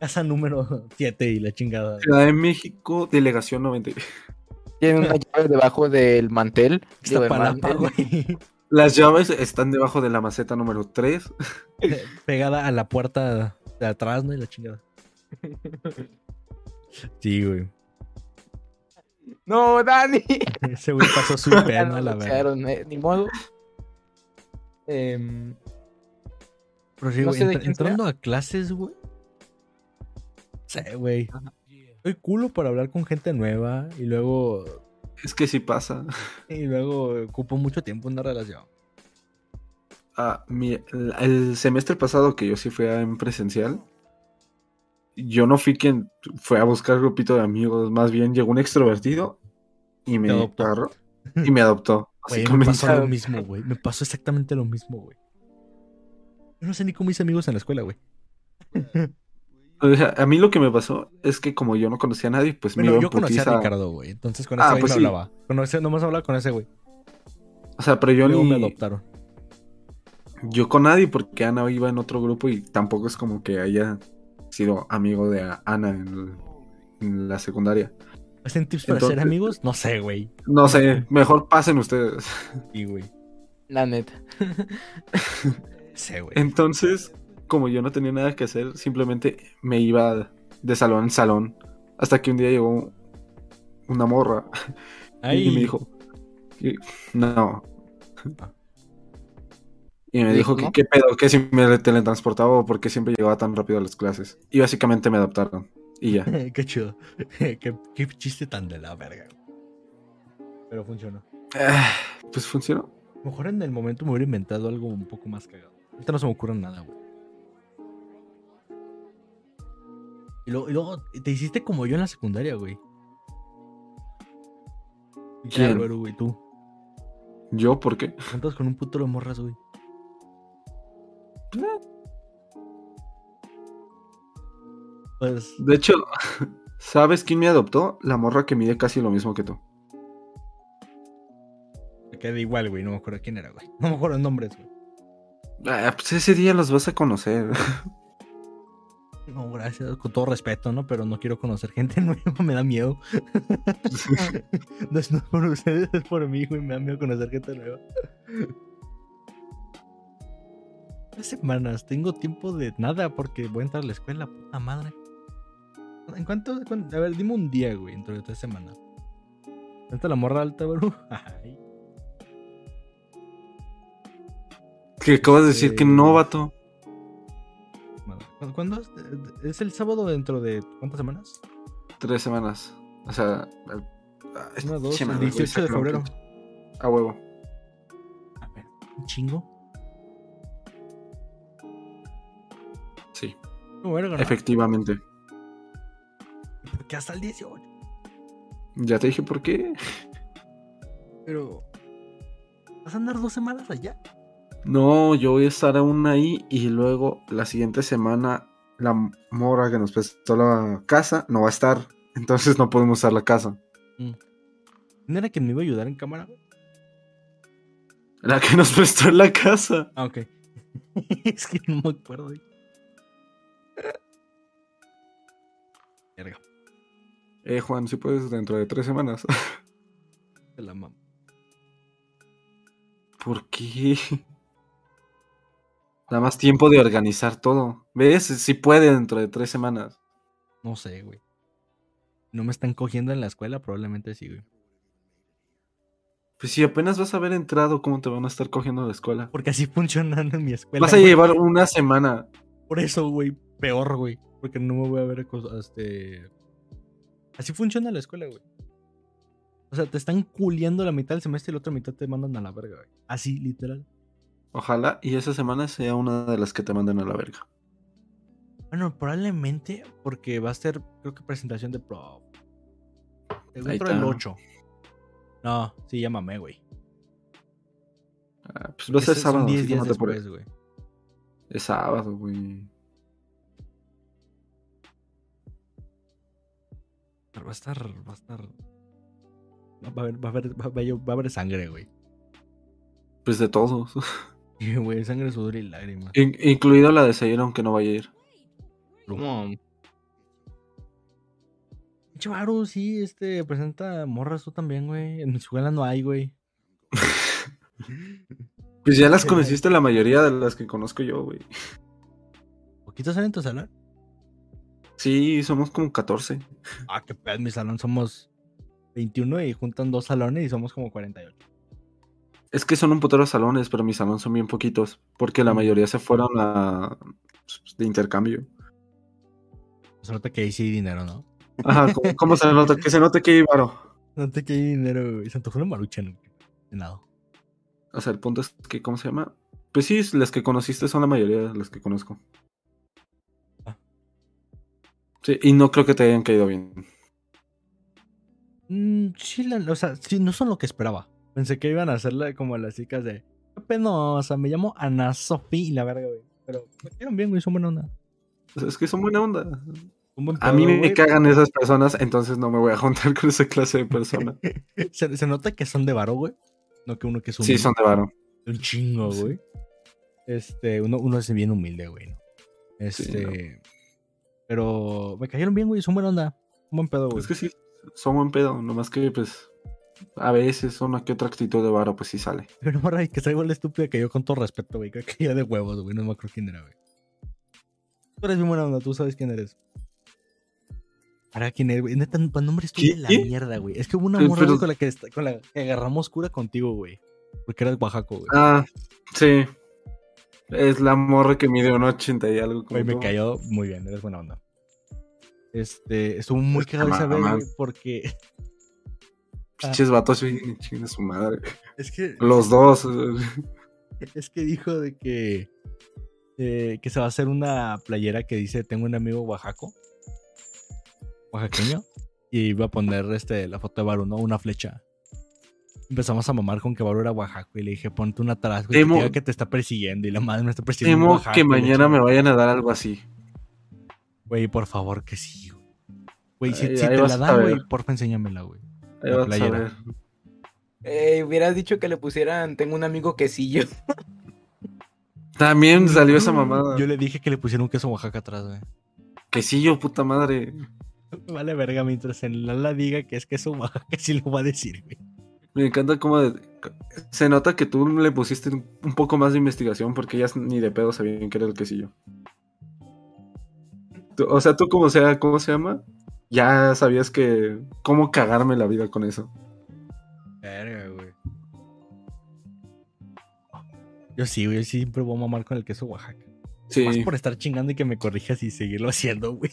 casa número 7 y la chingada.
Ciudad de México, delegación 90.
Tiene una llave debajo del mantel.
Está
Digo, del
palapa,
mantel.
güey.
Las llaves están debajo de la maceta número 3.
Pegada a la puerta de atrás, ¿no? Y la chingada. Sí, güey.
No, Dani.
Ese güey pasó su
Ya
pena,
no
la
lo
verdad.
echaron, eh, ni modo. Em,
Pero sí,
No
güey,
sé de
entra-
quién sea.
entrando a clases, güey. Sí, güey. Soy culo para hablar con gente nueva y luego
Es que sí pasa.
y luego ocupo mucho tiempo en una relación.
Ah, mi- el, el semestre pasado que yo sí fui a- en presencial, yo no fui quien fue a buscar grupito de amigos, más bien llegó un extrovertido y me
Te adoptó.
agarró y me adoptó.
Güey, me
básicamente.
pasó lo mismo, güey. Me pasó exactamente lo mismo, güey. Yo no sé ni cómo hice amigos en la escuela, güey.
O sea, a mí lo que me pasó es que como yo no conocía a nadie, pues me
Bueno,
iba
yo
en
conocí a
putiza.
Ricardo, güey. Entonces con
Ah,
ese güey
pues
me
sí.
hablaba. Con ese, nomás hablaba con ese güey.
O sea, pero yo
Luego me
ni
adoptaron.
yo con nadie porque Ana iba en otro grupo y tampoco es como que haya sido amigo de a- Ana en, en la secundaria.
¿Hacen tips para ser
Entonces-
amigos? No sé, güey.
No sé, mejor pasen ustedes.
Sí, güey.
la neta.
No sé, güey.
Em, Entonces, como yo no tenía nada que hacer, simplemente me iba de salón en salón. Hasta que un día llegó una morra
Ay,
y me dijo, y- no.
Ah.
Y me dijo, que
¿No?
¿qué pedo? que si me teletransportaba o por qué siempre llegaba tan rápido a las clases? Y básicamente me adaptaron. Y ya.
qué chido. qué, qué chiste tan de la verga. güey. Pero funcionó.
Ah, pues funcionó.
Mejor en el momento me hubiera inventado algo un poco más cagado. Ahorita no se me ocurre nada, güey. Y luego, y luego te hiciste como yo en la secundaria, güey.
¿Quién?
Álvaro, güey, tú.
¿Yo por qué?
Juntas con un puto de morras, güey. Pues,
De hecho, ¿sabes quién me adoptó? La morra que mide casi lo mismo que tú.
me quedé igual, güey. No me acuerdo quién era, güey. No me acuerdo los nombres, güey.
Ah, pues ese día los vas a conocer.
No, gracias. Con todo respeto, ¿no? Pero no quiero conocer gente nueva. Me da miedo. No es no es por ustedes, es por mí, güey. Me da miedo conocer gente nueva. Tres semanas. Tengo tiempo de nada porque voy a entrar a la escuela, puta madre. ¿En cuánto? cuán- A ver, dime un día, güey, dentro de tres semanas. ¿Tanta la morra alta, bro? Ay,
que acabas de decir que
Eh,
no, vato.
madre. ¿Cu- ¿Cuándo? es? eh, ¿Es el sábado dentro de cuántas semanas?
Tres semanas. O sea, el- ah,
Una, dos,
se me
el
olvidó
18 de
sacar un
febrero.
punto. A huevo.
A ver, un chingo.
Sí.
No, verga, ¿no?
Efectivamente.
Porque hasta el 18.
Ya te dije por qué.
Pero. ¿Vas a andar dos semanas allá?
No, yo voy a estar aún ahí y luego la siguiente semana la mora que nos prestó la casa no va a estar. Entonces no podemos usar la casa.
¿No era quien me iba a ayudar en cámara?
La que nos prestó la casa.
Ah, ok. es que no me acuerdo. güey. Verga,
Eh, Juan, si puedes dentro de tres semanas.
te la mamo.
¿Por qué? Da más tiempo de organizar todo. ¿Ves? Si puede dentro de tres semanas.
No sé, güey. No me están cogiendo en la escuela, probablemente sí, güey.
Pues si apenas vas a haber entrado, ¿cómo te van a estar cogiendo a la escuela?
Porque así funcionan en mi escuela.
Vas a
güey.
llevar una semana.
Por eso, güey, peor, güey. Porque no me voy a ver cos- este. Así funciona la escuela, güey. O sea, te están culiando la mitad del semestre y la otra mitad te mandan a la verga, güey. Así, literal.
Ojalá y esa semana sea una de las que te manden a la verga.
Bueno, probablemente porque va a ser, creo que presentación de pro.
Ahí
Dentro del
está.
8. No, sí, llámame, güey.
Ah, pues va a ser
Ese-
sábado.
Son 10
así que
días
no te apures.
después, güey.
Es sábado, güey.
Pero va a estar, va a estar. Va a haber, va a haber, va a haber- va a haber sangre, güey.
Pues de todos.
Sí, Güey, sangre, sudor y lágrimas.
In- incluido la de Sayera, aunque no vaya a ir.
No,
Pinche Baru, sí, este, presenta morras tú también, güey. En Venezuela no hay, güey.
Pues ya las
Sí,
conociste la mayoría de las que conozco yo, güey.
¿Poquitos salen en tu salón?
Sí, somos como 14.
Ah, qué pedo, en mi salón somos 21 y juntan dos salones y somos como 48.
Es que son un potero de salones, pero mis salones son bien poquitos. Porque
Mm.
la mayoría se fueron a. pues, de intercambio.
Se nota Pues que ahí sí hay dinero, ¿no?
Ajá, ¿cómo, cómo se nota? Que se nota que hay varo.
Se nota que hay dinero, güey. Se antojó una marucha, ¿no? De nada.
O sea, el punto es que, ¿cómo se llama? Pues sí, las que conociste son la mayoría de las que conozco.
Ah.
Sí, y no creo que te hayan caído bien.
Mm, sí, la- o sea, sí, no son lo que esperaba. Pensé que iban a hacerle como a las chicas de... Qué penosa, me llamo Ana Sofi y la verga, güey. Pero me quedaron bien, güey, son buena onda.
O sea, es que son buena onda.
Son buen
A mí
pedo,
me
güey.
cagan esas personas, entonces no me voy a juntar con esa clase de persona.
se, se nota que son de varo, güey. No que uno que es
Sí,
humilde.
son de varo.
Un chingo,
Sí.
güey. Este, uno, uno es bien humilde, güey. ¿no? Este. Pero me cayeron bien, güey. Son buena onda. Un buen pedo, güey.
Es que sí, son buen pedo. Nomás que, pues, a veces una que otra actitud de varo, pues sí sale.
Pero morra, y que está igual de estúpida que yo, con todo respeto, güey. Creo que yo de huevos, güey. No me acuerdo quién era, güey. Tú eres bien buena onda, tú sabes quién eres. Ahora quién es, güey. Neta, tu nombre estuvo
¿Qué?
de la mierda, güey. Es que hubo una
Pero-
morra güey,
pero-
con, la que, est- con la que agarramos cura contigo, güey. Porque era de Oaxaco, güey.
Ah, sí. Es la morra que mide un 80 y algo. como
Güey, me
tú.
cayó muy bien, eres buena onda. Este, estuvo
Pues,
muy cagado esa vez,
mamá.
güey, porque
Pinches
Ah.
vatos, sí, chinga su madre.
es que,
Los dos.
es que dijo de que, eh, que se va a hacer una playera que dice, tengo un amigo oaxaco, oaxaqueño, y iba a poner este, la foto de Baru, ¿no? Una flecha. Empezamos a mamar con que Baru era oaxaco y le dije, ponte un atrasco y que
Temo-
te diga que te está persiguiendo y la madre me está persiguiendo. en
Temo
Oaxaco,
que
y la
mañana
chingada.
me vayan a dar algo así.
Güey, por favor, que sí, güey. Güey, si,
Ahí-
si
ahí
te
vas
la
a
dan, güey,
ver.
porfa, enséñamela, güey.
Ahí
La
vas a
playera.
ver.
Eh, hubieras dicho que le pusieran, tengo un amigo que sí yo.
También salió esa mamada.
Mm, Yo le dije que le pusiera un queso Oaxaca atrás, güey.
Quesillo, puta madre.
Vale verga, mientras en la, la diga que es queso Oaxaca, sí lo va a decir, güey.
Me encanta cómo de- se nota que tú le pusiste un un poco más de investigación porque ellas ni de pedo sabían que era el quesillo. Tú- O sea, tú como sea, ¿cómo se llama? Ya sabías que cómo cagarme la vida con eso.
Verga, güey. Yo sí, güey, yo siempre voy a mamar con el queso Oaxaca. Más
Sí,
por estar chingando y que me corrijas y seguirlo haciendo, güey.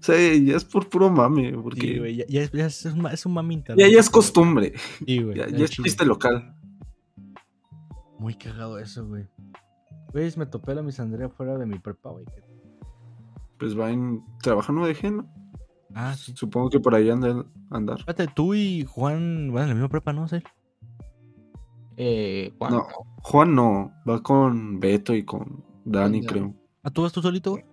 sí, ya es por puro mame, porque
Sí, güey, ya, ya es, ya es un, ma- es un mami interno.
ya, ya es costumbre,
Sí, güey,
ya,
al
ya es
chile.
chiste local.
Muy cagado eso, güey. Güey, me topé la misandría fuera de mi prepa, güey.
Pues va en trabaja no dejen, ¿no?
Ah, sí.
supongo que por ahí anda andar.
Espérate, tú y Juan van en la misma prepa, ¿no? Cel?
Eh, Juan.
No, Juan no, va con Beto y con Dani,
Con Dani.
creo.
¿Ah, tú vas tú solito, güey?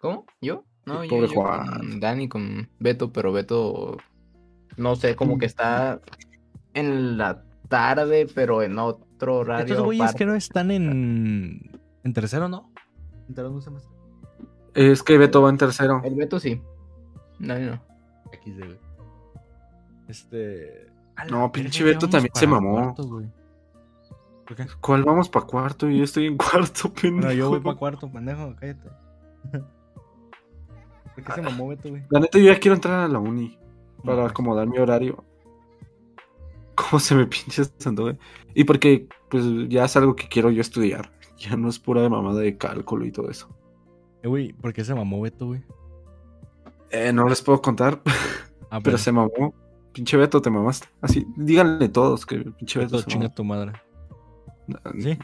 ¿Cómo? ¿Yo? No,
Sí,
yo,
pobre
yo
Juan.
con Dani, con Beto, pero Beto, no sé, como que está en la tarde, pero en otro horario.
Estos güeyes
aparte.
que no están en. En tercero, ¿no? En tercero, no sé más.
Es que Beto va en tercero.
El Beto sí. Dani no.
XD, güey. Este. a la
No,
verga,
pinche
ya
Beto
vamos
también se
para
mamó.
cuarto, güey. ¿Por qué?
¿Cuál vamos para cuarto? Yo estoy en cuarto, pendejo.
Bueno, yo voy para cuarto, pendejo, cállate. ¿Por qué se mamó Beto, güey?
La neta, yo ya quiero entrar a la uni para
No,
acomodar mi horario. ¿Cómo se me pinche santo, güey? Y porque, pues, ya es algo que quiero yo estudiar. Ya no es pura de mamada de cálculo y todo eso.
Eh, güey, ¿por qué se mamó Beto, güey?
Eh, no les puedo contar,
Ah,
pero se mamó. Pinche Beto, te mamaste. Así, díganle todos que pinche Beto,
Beto,
se
chinga tu madre.
mamó. Na-
¿Sí?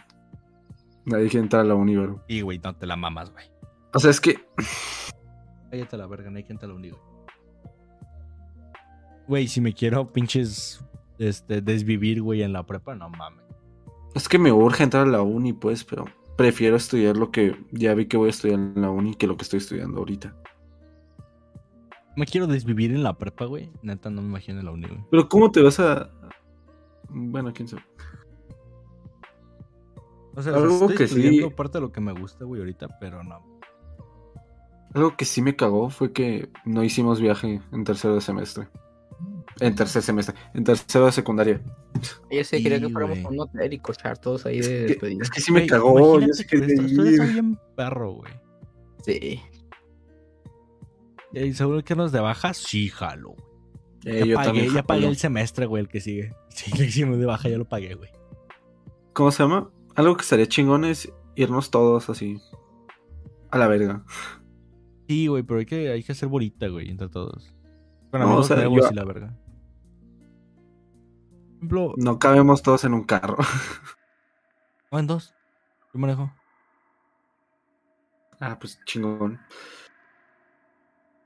Nadie quiere entrar a la uni, bro.
Y, güey, no te la mamas, güey.
O sea, es que,
Cállate a la verga, no hay quien te la unido. Güey, si me quiero pinches este, desvivir, güey, en la prepa, no mames.
es que me urge entrar a la uni, pues, pero prefiero estudiar lo que ya vi que voy a estudiar en la uni que lo que estoy estudiando ahorita.
Me quiero desvivir en la prepa, güey. Neta, no me imagino en la uni, güey.
Pero ¿cómo te vas a...? Bueno, quién sabe.
O sea,
Algo
estoy
que sí-
estudiando parte de lo que me gusta, güey, ahorita, pero no.
Algo que sí me cagó fue que no hicimos viaje en tercero de semestre. En tercer semestre. En tercero de secundaria.
Yo sé, quería que
Sí,
fuéramos
güey.
a un hotel y cochar todos ahí
Es
de
que,
despedida.
es que sí me
Güey,
cagó. Yo
imagínate
sí
que
quería
esto- esto ya está
ir.
bien perro, güey.
Sí.
¿Y Eh, seguro que nos de baja? Sí, jalo, güey.
Eh,
ya
yo
pagué,
también,
ya pagué
jalo.
el semestre, güey, el que sigue. Sí, le hicimos de baja, ya lo pagué, güey.
¿Cómo se llama? Algo que estaría chingón es irnos todos así. A la verga.
Sí, güey, pero hay que, hay que hacer bolita, güey, entre todos. Con
No,
amigos
o sea,
nuevos
yo-
y la verga. Por ejemplo,
No cabemos todos en un carro.
o en dos. Yo manejo.
ah, pues chingón.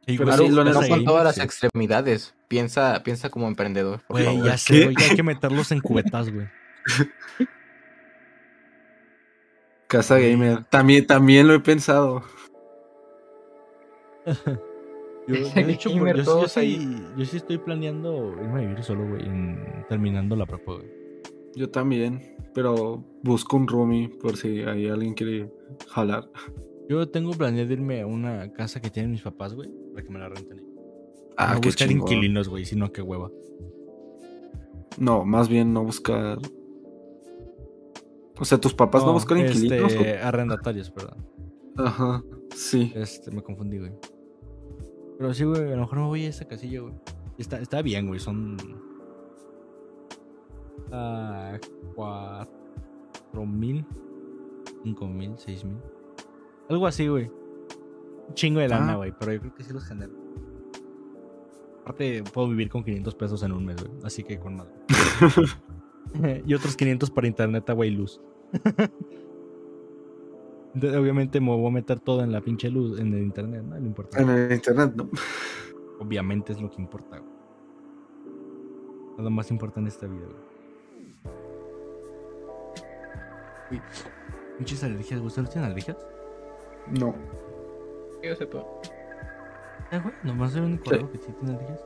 Sí,
Pero
güey,
sí,
sí, sí,
lo
no
neta,
sí.
con todas las
Sí.
extremidades. Piensa, piensa como emprendedor. por
Güey,
favor.
ya
¿Qué?
sé, güey, ya hay que meterlos en cubetas, güey.
Casa
Sí.
gamer. También, también lo he pensado.
Yo, yo, de hecho, por-
Gamer,
yo, sí- yo
todos
sí, yo sí estoy planeando irme a vivir solo, güey, en- terminando la prepa, güey.
Yo también. Pero busco un roomie por si hay alguien quiere jalar.
Yo tengo planeado irme a una casa que tienen mis papás, güey, para que me la renten. ahí.
Ah,
no
qué
buscar
chingón.
inquilinos, güey, sino que hueva.
No, más bien no buscar. O sea, tus papás no, buscan inquilinos.
Este, arrendatarios, perdón.
o- Ajá, sí.
Este, me confundí, güey. Pero sí, güey, a lo mejor me voy a esta casilla, güey. Y Está, está bien, güey, son. Ah, cuatro mil, cinco mil, seis mil. Algo así, güey. Un chingo de lana,
Ah.
güey, pero yo creo que sí los genero. Aparte, puedo vivir con 500 pesos en un mes, güey. Así que con madre. y otros 500 para internet, agua y luz. Entonces, obviamente me voy a meter todo en la pinche luz, en el internet, ¿no? Lo importante.
En el internet, ¿no?
Obviamente es lo que importa, güey. Es lo más importante en esta vida, güey. Uy, Pinches alergias, güey. ¿Ustedes tienen alergias?
No.
que yo sepa.
Eh, güey, nomás hay un correo que sí tiene ligas.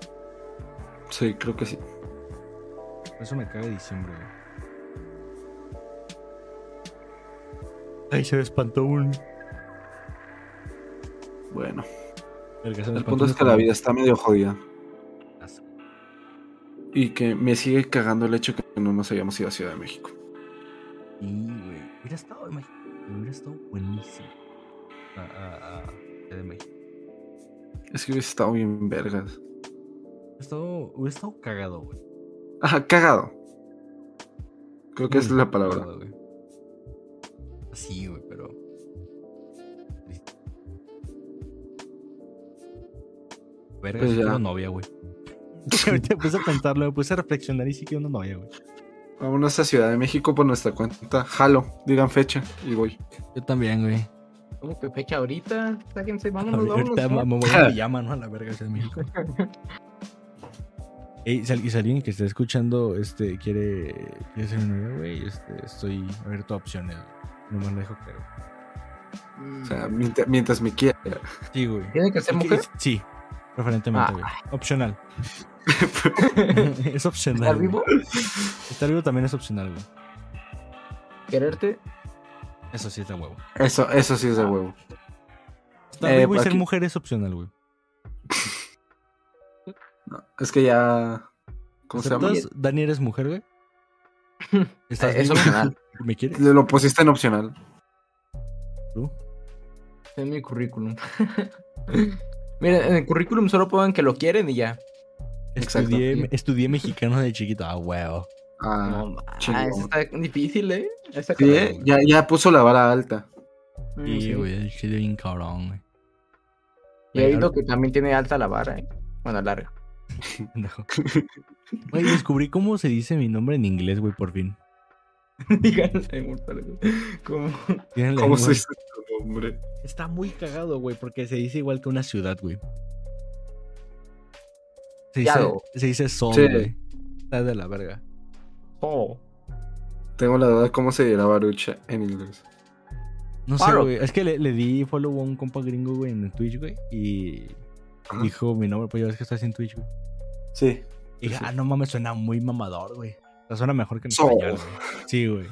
Sí, creo que sí.
Por Eso me caga diciembre, güey. Ay, se me espantó un.
Bueno,
Verga, se me
el
espantó
punto
un
es que la
espanto.
vida está medio jodida. Y que me sigue cagando el hecho que no nos hayamos ido a Ciudad de México.
Sí, güey. Hubiera estado, imagínate. Hubiera estado buenísimo. A, a, a Ciudad de ah, México.
Es que hubiese estado bien vergas.
Hubiera estado, hubiera estado cagado, güey.
Ajá, cagado. Creo que
Muy
es la palabra.
cagado, güey. Sí, güey, pero. Verga,
Pues
sí
ya.
quiero novia, güey. Ahorita me puse a pensarlo, me puse a reflexionar y sí quiero una novia, güey.
Vámonos a Ciudad de México por nuestra cuenta. Jalo, digan fecha y voy.
Yo también, güey.
¿Cómo que fecha ahorita? Sáquense, vámonos, vámonos.
Ahorita me
vámonos.
me voy a pijama, ¿no? A la verga, Ciudad de México. Ey, si al- y si alguien que esté escuchando este, quiere, quiere ser mi novia, güey, este, estoy abierto a opciones. güey. No me lo dejo claro.
Mm.
O sea, mientras, mientras me quiera.
Sí, güey.
¿Tiene que ser
Ok,
mujer?
es- Sí, preferentemente,
Ah.
güey. Opcional. es opcional.
¿Estar
güey.
vivo?
Estar vivo también es opcional, güey.
¿Quererte?
Eso sí está huevo.
Eso, eso sí es
Ah.
de huevo.
Estar
Eh,
vivo y
pues
ser
aquí-
mujer es opcional, güey.
No, es que ya. ¿Cómo se llama?
¿Aceptas? Dani, eres mujer, güey. ¿Estás
Es
vivo?
opcional.
¿Me quieres?
Lo pusiste en opcional.
¿Tú?
Es mi currículum. Miren, en el currículum solo pongan que lo quieren y ya.
Exacto.
Estudié, estudié mexicano de chiquito. Ah, huevo.
Ah,
No, ma,
chingón.
eso está difícil, ¿eh? Esa
sí,
carrera.
¿eh? ya, ya puso la vara alta.
Mm,
Sí,
sí.
güey, el chile bien cabrón, güey.
Y ahí lo que también tiene alta la vara, ¿eh? Bueno, larga.
Pendejo. Güey, descubrí cómo se dice mi nombre en inglés, güey, por fin.
Díganle, mortal. Como.
Tienen la
¿Cómo
lengua-
se dice tu nombre?
Está muy cagado, güey, porque se dice igual que una ciudad, güey. Se dice,
Yago.
se dice sol,
Sí.
güey. Está de la verga.
Oh.
Tengo la duda de cómo se dirá Barucha en inglés.
No sé,
Paro.
güey. Es que le, le di follow a un compa gringo, güey, en Twitch, güey. Y
Ajá.
dijo mi nombre, pues ya ves que estás en Twitch, güey.
Sí.
Y dije,
Sí.
ah, no mames, suena muy mamador, güey. O sea, suena mejor que en
Sol.
español, güey. Sí, güey.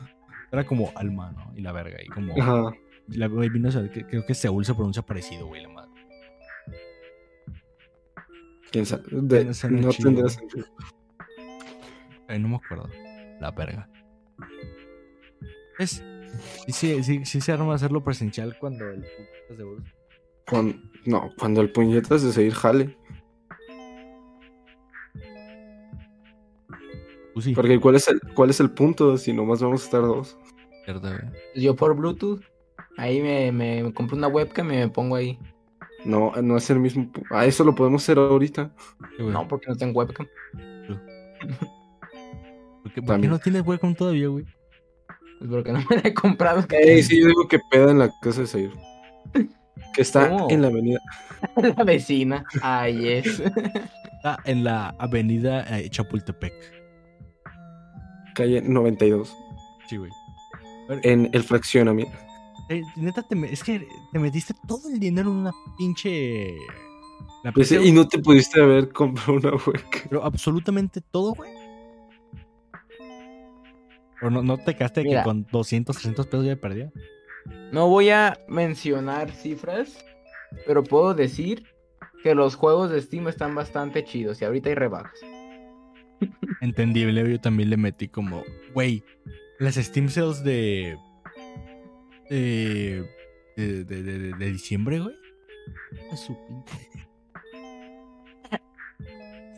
Era como alma, ¿no? Y la verga. Y como.
Ajá.
La güey, vino a saber que- creo que Seúl se pronuncia parecido, güey, la madre.
¿Quién sabe? De-
No suena
no
chido.
tendrá sentido.
Ay, no me acuerdo. La verga. Es. Sí, sí, sí, sí se arma hacerlo presencial cuando el putas de Boruto-
Cuan- no, cuando el puñetas de seguir jale.
Pues sí,
Porque ¿cuál es el, cuál es el punto? Si nomás vamos a estar dos.
cierto, güey.
Pues Yo por Bluetooth. Ahí me, me, me compré una webcam y me pongo ahí.
No, no es el mismo. pu- Ah, eso lo podemos hacer ahorita.
Sí, güey.
No, porque no tengo webcam.
¿Por qué, por qué
también.
no tienes webcam todavía, güey?
Pues porque no me la he comprado.
Ey, sí, yo digo que peda en la casa de seguir. Que está
¿Cómo?
en la avenida.
La vecina. Ahí es.
Está Ah, en la avenida eh, Chapultepec.
Calle 92.
Sí, güey.
En el fraccionamiento.
Eh, neta, te me- es que te metiste todo el dinero en una pinche. La
Pues,
pinche-
y no te pudiste haber comprado una hueca.
Pero absolutamente todo, güey. O no, no te quedaste de que
Mira.
con 200, 300 pesos ya perdía.
No voy a mencionar cifras, pero puedo decir que los juegos de Steam están bastante chidos y ahorita hay rebajas.
Entendible, yo también le metí como, güey, las Steam Sales de. de. de, de, de- de- de diciembre, güey. A su pinche-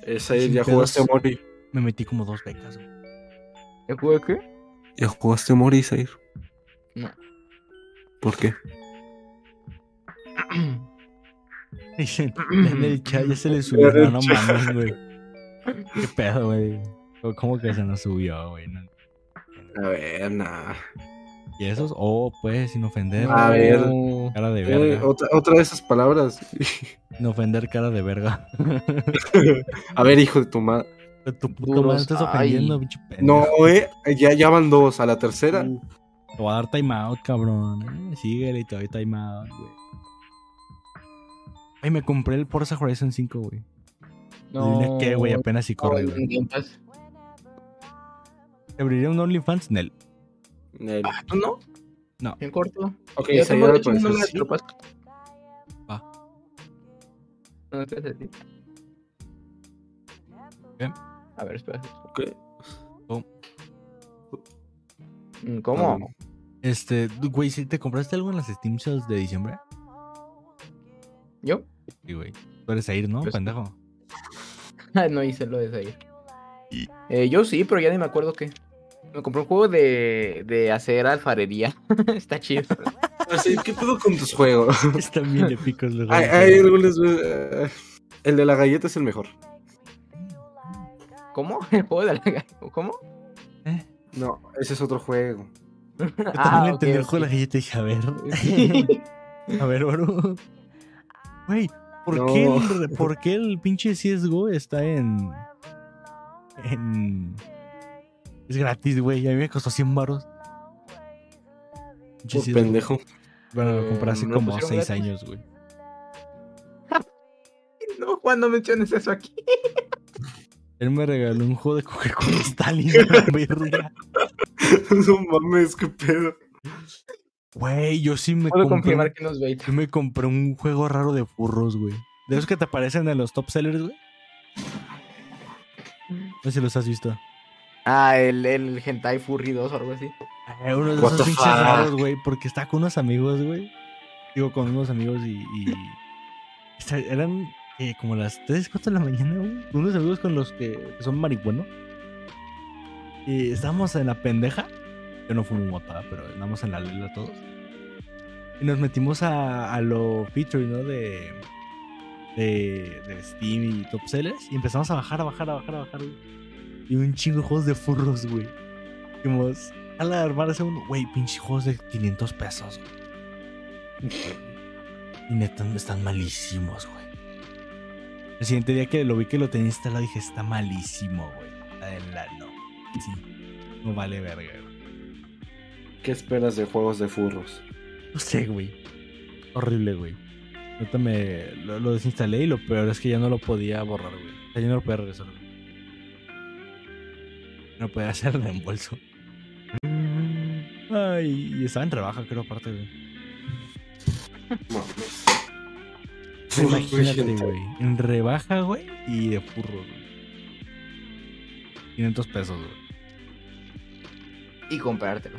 Esa
Sin
ya
pedos.
jugaste a Mori.
Me metí como dos becas, güey.
¿El juego qué?
Ya jugaste a Mori, Zair.
No.
¿Por qué?
Dicen, ya en el chat ya se le subió,
En el
no
chat.
mames, güey. Qué pedo, güey. O ¿Cómo que se nos subió, güey? No-
A ver, nada.
Y esos, oh, pues, sin ofender.
A
güey.
ver. Eh,
No.
Cara de verga.
otra, otra de esas palabras.
Sin ofender, cara de verga.
a ver, hijo de tu madre.
De tu puta
Duros,
madre estás
ay.
ofendiendo, pinche
No,
pendejo.
eh. Ya, ya van dos. A la tercera.
Mm. Te voy a dar timeout, cabrón. ¿eh? Síguele y te doy timeout, güey. Ay, me compré el Forza Horizon 5, güey. No. ¿Qué, güey? Apenas si corre,
No, en
güey.
Game Pass.
¿Te abriría un OnlyFans? Nel.
Nel.
Ah, ¿tú no?
No.
En corto.
Ok,
Yo
salió
tengo
al
hecho uno
parecer
de las
sí.
tropas.
Va.
No, espérate. a ti.
¿Qué?
A ver, espérate.
Ok.
Mm, ¿Cómo?
No,
Este, güey, ¿sí ¿te compraste algo en las Steam Sales de diciembre?
¿Yo?
Sí, güey. Tú eres Air, ¿no?
Pues-
Pendejo.
no hice lo de salir. Eh, yo sí, pero ya ni me acuerdo qué. Me compré un juego de, de hacer alfarería. Está chido.
Así, Pues ¿Qué pedo con tus juegos?
Están bien épicos los
Hay,
juegos.
hay algunos, eh, El de la galleta es el mejor.
¿Cómo? ¿El juego de la galleta? ¿Cómo?
Eh,
No, ese es otro juego.
Yo también
Ah, ok,
entendí el
ok.
juego de la galleta y dije, a ver.
Sí.
A ver, Baru. Güey, ¿por,
No.
qué el, re- por qué el pinche CSGO está en. En. Es gratis, güey. A mí me costó 100 baros.
Por pendejo.
Bueno, lo compré hace
Pues, ¿No lo
como
pusieron
6
gratis?
años, güey.
No, Juan, no menciones eso aquí.
Él me regaló un juego de Coca-Cola Stalin, la verga.
no mames, qué pedo.
Güey, yo sí me
Puedo
compré.
confirmar que nos veis.
Yo me compré un juego raro de furros, güey. De esos que te aparecen en los top sellers, güey. No sé si los has visto.
Ah, el, el Hentai Furry 2 o algo así.
Eh, Uno de
What
esos
the
pinches
fuck?
raros, güey, porque estaba con unos amigos, güey. Digo, con unos amigos y. y- Esta- Eran eh, como las 3, 4 de la mañana, güey. Unos amigos con los que que son marihuanos. Y estábamos en la pendeja. Yo no fumo mota, pero andamos en la lela todos. Y nos metimos a, a lo feature, ¿no? De, de, de Steam y Top Sellers. Y empezamos a bajar, a bajar, a bajar, a bajar. güey. Y un chingo de juegos de furros, güey. Dijimos, a la armarse uno, güey, pinche juegos de 500 pesos. güey". y neta, están malísimos, güey. El siguiente día que lo vi que lo tenía instalado, dije, está malísimo, güey. Está de la no. Sí, no vale verga, güey.
¿Qué esperas de juegos de furros?
No sé, güey. Horrible, güey. Ahorita me lo, lo desinstalé y lo peor es que ya no lo podía borrar, güey. O sea, yo no lo podía regresar, güey. No podía hacer reembolso. Ay, y estaba en trabajo, creo, aparte, güey.
Mames.
Imagínate, güey. En rebaja, güey, y de furro, güey. 500 pesos, güey.
Y comprártelo.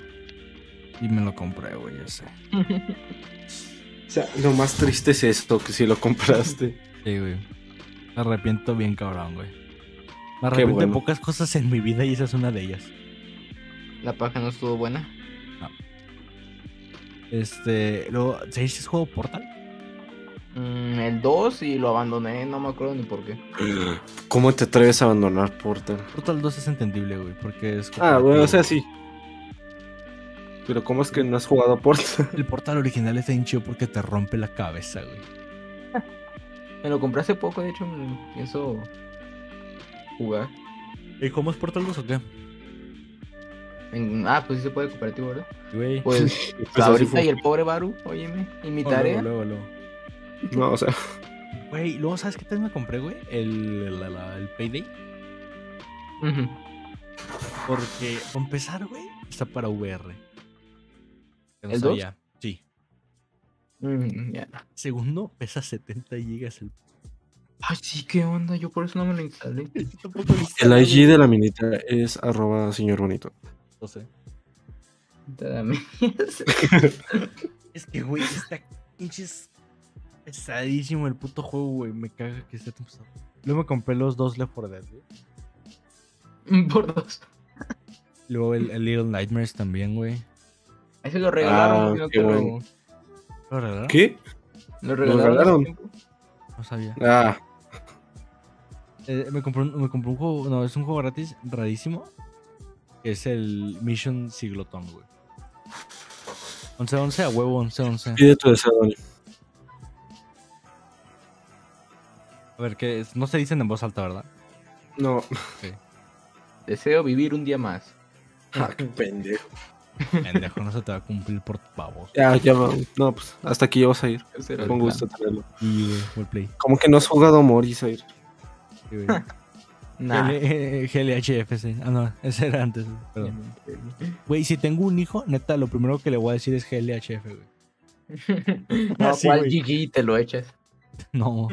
Y me lo compré, güey, yo sé.
O sea, lo más triste es esto, que si lo compraste.
Sí, güey. Me arrepiento bien, cabrón, güey. Me arrepiento
bueno.
de pocas cosas en mi vida y esa es una de ellas.
La paja no estuvo buena.
Este, luego, ¿sabes si es juego Portal?
Mm, el 2 y lo abandoné, no me acuerdo ni por qué.
¿Cómo te atreves a abandonar Portal?
Portal 2 es entendible, güey, porque es.
Ah,
cooperativo,
bueno, o sea,
güey.
sí. Pero ¿cómo es que no has jugado a Portal?
El Portal original está bien chido porque te rompe la cabeza, güey.
Me lo compré hace poco, de hecho, mm, pienso jugar.
¿Y cómo es Portal 2 o qué?
En- ah, pues sí se puede cooperativo, ¿verdad?
Güey.
Pues,
así
ahorita
fue.
y el pobre Baru, óyeme, y
Oh,
mi
No,
tarea.
Luego, luego, luego.
No, o sea,
Güey, luego, ¿sabes qué tal me compré, güey? El, la- la- el Payday.
Ujú.
Porque, para empezar, güey, está para VR. Que no
¿El dos?
sabía. Sí.
Mm, ya.
Segundo, pesa 70 gigas el.
Ay, sí, qué onda, yo por eso no me lo instalé.
Yo tampoco lo
el
instalé,
IG
güey.
de la minita es arroba señor bonito.
No sé.
Te da miedo.
Es que, güey, está pinches pesadísimo el puto juego, güey. Me caga que esté tan pesado. Luego me compré los dos Left 4 Dead, güey.
por dos.
Luego el, el Little Nightmares también, güey.
Ahí se lo
Ah,
regalaron, creo
qué
que
bueno.
lo-
¿Lo regalaron?
¿Qué?
lo,
regalaron?
regalaron. hace tiempo.
No sabía.
Ah,
Eh, me, compré un, me compré un juego, no, es un juego gratis rarísimo. Que es el Mission Sigloton, güey. 11-11 a huevo, 11-11.
pide tu deseo, Dani.
A ver, que no se dicen en voz alta, ¿verdad?
No,
Deseo vivir un día más.
ah, qué pendejo.
Pendejo, no se te va a cumplir por tu pavo.
Ya, ya, me- no, pues hasta aquí ya vas a ir.
Ese era el
Con
plan.
gusto tenerlo.
Y güey, fue el play.
Como que no has jugado Mori, Zair.
Sí, güey.
Nah.
L- GLHFC. Ah, no, ese era antes. güey, Perdón. Güey, si tengo un hijo, neta, lo primero que le voy a decir es GLHF, güey.
No,
Así,
¿cuál
güey.
GG te lo echas?
No,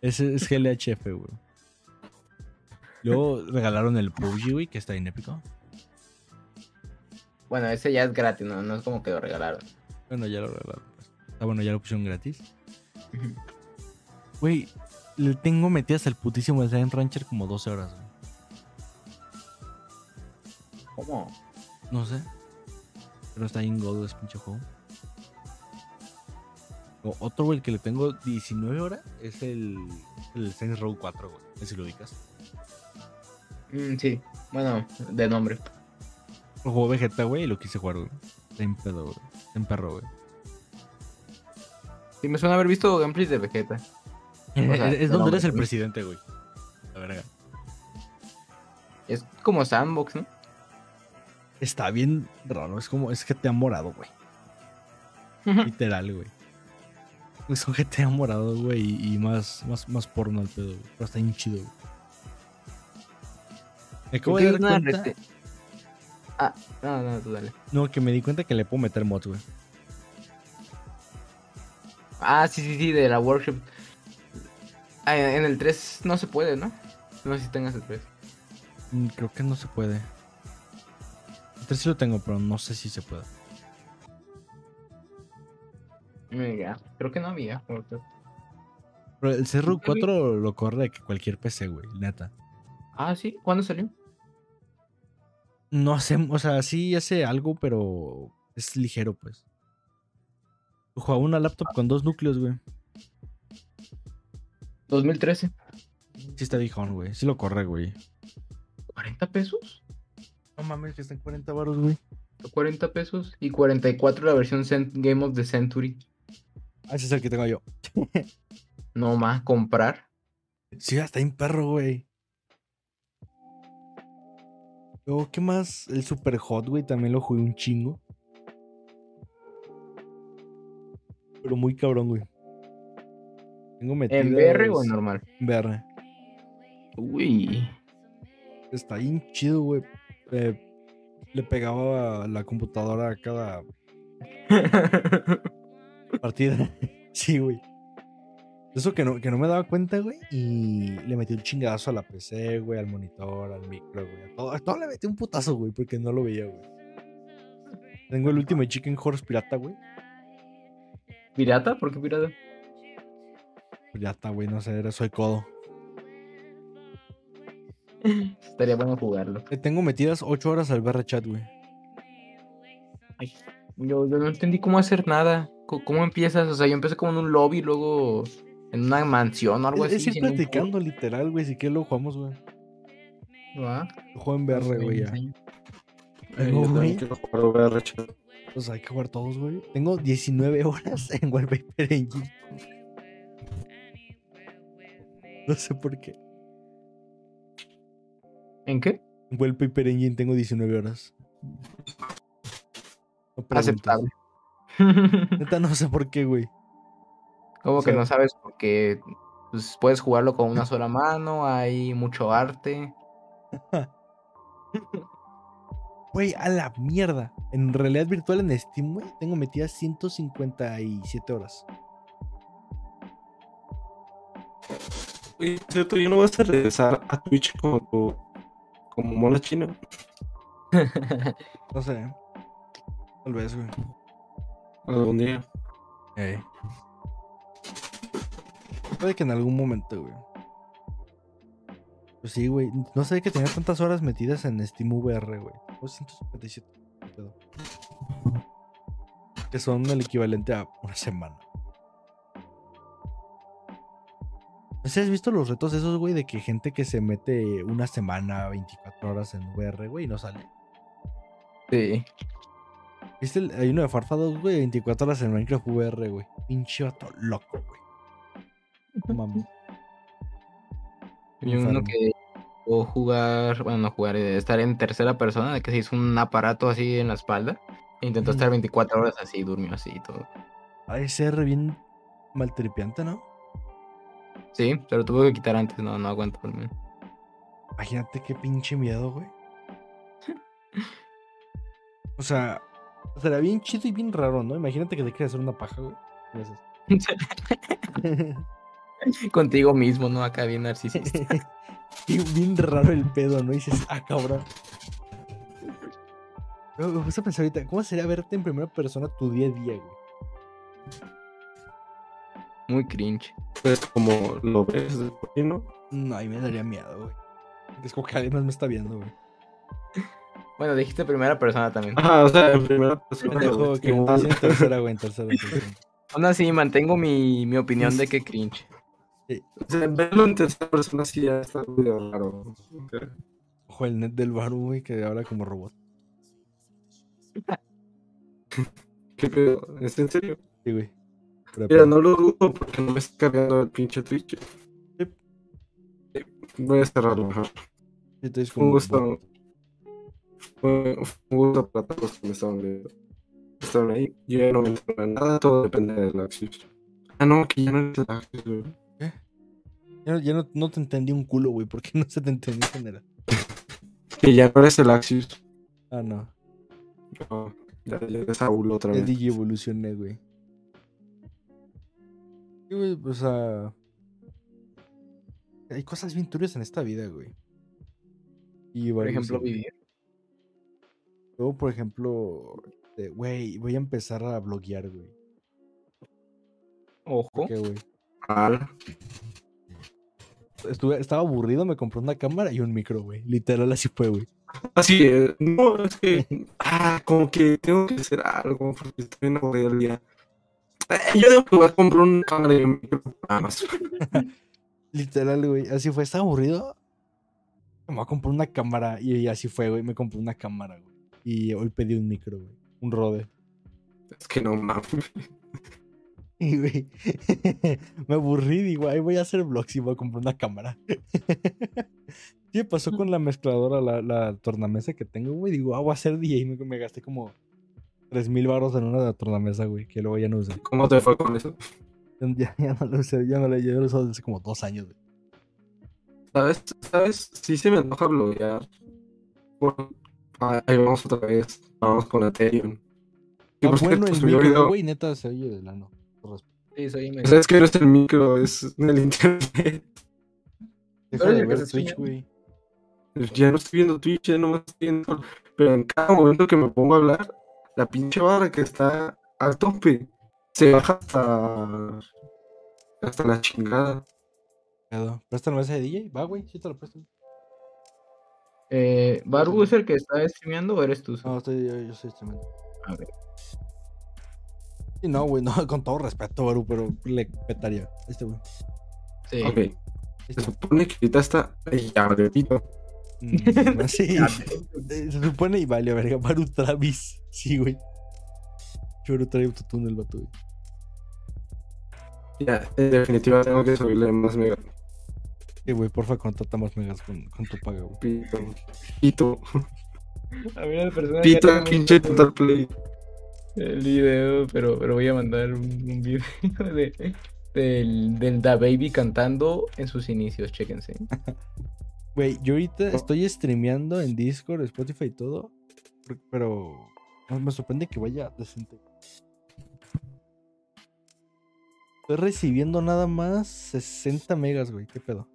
ese es GLHF, güey. Luego regalaron el PUBG, güey, que está bien épico.
Bueno, ese ya es gratis, no, no es como que lo regalaron.
Bueno, ya lo regalaron. pues. Ah, bueno, ya lo pusieron gratis. Güey, le tengo metidas al putísimo de Silent Rancher como 12 horas, güey.
¿Cómo?
No sé. Pero está bien godo ese pinche juego. O- otro, güey, que le tengo 19 horas es el, el Saints Row 4, güey. Ese lo ubicas.
Mm, sí, bueno, de nombre.
Lo jugó Vegeta, güey, y lo quise jugar, güey. Está en pedo, güey. Está en perro, güey.
Sí, me suena haber visto gameplays de Vegeta. O sea,
es es
no,
donde
hombre,
eres el
güey.
presidente, güey. La verga.
Es como sandbox, ¿no?
Está bien raro, es como, es GTA morado, güey. Literal, güey. Es un GTA morado, güey, y y más, más, más porno al pedo, güey. Pero está bien chido, güey. Me acabo de
Creo
dar
que es una
cuenta,
rete- este? Ah, no, no, tú dale.
no, que me di cuenta que le puedo meter mods, güey.
Ah, sí, sí, sí, de la workshop. Ah, en el 3 no se puede, ¿no? No sé si tengas el 3.
Mm, Creo que no se puede. El 3 sí lo tengo, pero no sé si se puede.
Mira, creo que no había. workshop.
Pero el CRU
Nunca vi.
4 lo corre de que cualquier PC, güey, neta.
Ah, sí, ¿cuándo salió?
No hace, o sea, sí hace algo, pero es ligero, pues. Jugaba una laptop con dos núcleos, güey.
2013.
Sí está viejón, güey. Sí lo corre, güey.
¿40 pesos?
No mames, que están 40 baros, güey.
40 pesos y 44 la versión Cen- Game of the Century.
Ah, ese es el que tengo yo.
No más, comprar.
Sí, hasta hay un perro, güey. Luego, ¿qué más? El Super Hot, güey, también lo jugué un chingo. Pero muy cabrón, güey. Tengo metido.
¿En VR o en normal?
En VR.
Uy.
Está bien chido, güey. Eh, le pegaba a la computadora a cada partida. sí, güey. Eso que no, que no me daba cuenta, güey. Y le metí un chingadazo a la PC, güey, al monitor, al micro, güey. A todo, a todo le metí un putazo, güey, porque no lo veía, güey. Tengo el último Chicken Horse pirata, güey.
¿Pirata? ¿Por qué pirata?
Pirata, Pues güey, no sé, era soy codo.
Estaría bueno jugarlo.
Le tengo metidas 8 horas al BR chat, güey.
Yo, yo no entendí cómo hacer nada. Co- ¿Cómo empiezas? O sea, yo empecé como en un lobby, luego en una mansión o algo
Es, es
así.
ir
sin un
platicando literal, güey. Si quieres lo jugamos, güey.
juego, ¿ah?
Lo juego en BR, güey, ya.
Eh,
Luego,
yo
güey,
también quiero jugar VR, chido.
Pues hay que jugar todos, güey. Tengo 19 horas en Wallpaper Engine. No sé por qué.
¿En qué?
En Wallpaper Engine tengo 19 horas. No preguntes.
Aceptable.
Neta, no sé por qué, güey.
como
O
que
sea-
no sabes porque pues, puedes jugarlo con una sola mano, hay mucho arte.
Güey, a la mierda. En realidad virtual en Steam, güey, tengo metidas 157 horas.
Oye, por cierto, ¿y no vas a regresar a Twitch como tu- como mola china?
No sé. ¿eh? Tal vez, güey.
Algún día.
Eh. Puede que en algún momento, güey. Pues sí, güey. No sé que tenía tantas horas metidas en Steam VR, güey. 257. qué pedo. Que son el equivalente a una semana. No sé, ¿has visto los retos esos, güey? De que gente que se mete una semana, 24 horas en VR, güey, y no sale.
Sí.
¿Viste? el- hay uno de Farfados, güey, 24 horas en Minecraft VR, güey. Pinche vato loco, güey. No mames.
Y uno
Enfermo.
que o jugar, bueno, no jugar, eh, estar en tercera persona, de que se hizo un aparato así en la espalda. e Intentó
Mm.
estar 24 horas así, durmió así y todo.
Ha de ser bien maltripiante, ¿no?
Sí, se lo tuvo que quitar antes, no, no aguantó el men.
Imagínate qué pinche miedo, güey. O sea, será bien chido y bien raro, ¿no? Imagínate que te quieres hacer una paja, güey. Gracias.
Contigo mismo, ¿no? Acá bien narcisista.
y bien raro el pedo, ¿no? Y dices, ah, cabrón. Pero Me puse a pensar ahorita, ¿cómo sería verte en primera persona tu día a día, güey?
Muy cringe.
Pues como lo ves, ¿por qué no?
No, ahí me daría miedo, güey. Es como que además me está viendo, güey.
Bueno, dijiste primera persona también.
Ajá, o sea, en primera persona. Ah,
Pendejo,
güey.
que me
Igual.
puse en tercera, güey, en tercera. en tercera.
Aún así, mantengo mi, mi opinión de que cringe.
O sea, verlo en tercera persona sí ya está medio raro. O sea,
Ojo, el net del baru, güey, que habla como robot.
¿Qué pedo? ¿Es en serio?
Sí, güey. Pero,
Mira, no lo dudo porque no me está cargando el pinche Twitch.
Sí.
Voy a cerrarlo mejor.
entonces,
Un gusto. Fue fue un gusto para todos que me estaban viendo. Estaban ahí. Yo ya no me entero de nada, todo depende de la acción. Ah, no, que ya no es la acción, güey.
¿eh? Ya, no- ya no, no te entendí un culo, güey, porque no se te entendió en general.
Que ya no eres el Axius.
Ah, no.
No, ya, ya eres Saúl otra
Ya
vez.
digi evolucioné, güey. Sí, güey, o sea. Hay cosas bien turbias en esta vida, güey. Y
Por ejemplo,
vivir.
vivir.
Luego, por ejemplo, este, güey, voy a empezar a bloguear, güey.
Ojo.
¿Qué, güey?
Ah,
Estuve, estaba aburrido, me compré una cámara y un micro, güey. Literal, así fue, güey.
Así es. ah, eh, No, es que. Ah, como que tengo que hacer algo porque estoy bien aburrido el día. Eh, yo debo jugar comprar una cámara y un Ah, micro nada más.
Literal, güey. Así fue, estaba aburrido. Me voy a comprar una cámara y así fue, güey. Me compré una cámara, güey. Y hoy pedí un micro, güey. Un rode.
Es que no mames.
Y, güey, me aburrí, digo, ahí voy a hacer vlogs y voy a comprar una cámara. Sí, me pasó con la mezcladora, la, la tornamesa que tengo, güey. Digo, ah, voy a hacer DJ y me, me gasté como 3 mil baros en una tornamesa, güey, que luego ya no usé.
¿Cómo te fue con eso?
Ya, ya no la usé, ya no la ya la he usado hace como dos años, güey.
¿Sabes? ¿Sabes? Sí se me antoja bloguear. Por- Ah, ahí vamos otra vez. Vamos con Ethereum. Y
Ah,
por
bueno,
cierto,
el
subí un
micro,
video.
güey, neta, se oye de lano. Por respeto.
Sí, soy inmediato.
¿Sabes que no es el micro? Es el internet.
Deja
Órale,
de
que
ver
se
Twitch,
escucha.
güey.
Ya no estoy viendo Twitch, ya nomás estoy viendo. Pero en cada momento que me pongo a hablar, la pinche barra que está al tope se baja hasta. hasta la chingada.
Pedo. Préstame ese de DJ, va, güey, sí te lo presto.
Eh, ¿Barbu es el que está streameando o eres tú?
Ah,
No, estoy, yo, yo soy tremendo.
A ver.
Sí, no, güey, no, con todo respeto, Baru, pero le petaría. Este, güey.
Sí.
Ok, se
Este.
supone que ahorita está. Ay, ya, repito.
Mm, sí. Eh, Se supone y vale, verga. Baru Travis. Sí, güey. Choro trae autotune el vato, güey.
Ya, en definitiva tengo que subirle más mega.
Sí, güey, porfa, contrata más megas con, con tu paga, güey.
Pito. Pito.
A mí la persona que
Pito
haga
el pinche
mucho
total play.
el video, pero, pero voy a mandar un, un video de, del, del Da Baby cantando en sus inicios, chéquense.
Güey, yo ahorita estoy streameando en Discord, Spotify y todo. por- Pero no, me sorprende que vaya decente. Estoy recibiendo nada más 60 megas, güey. ¿Qué pedo?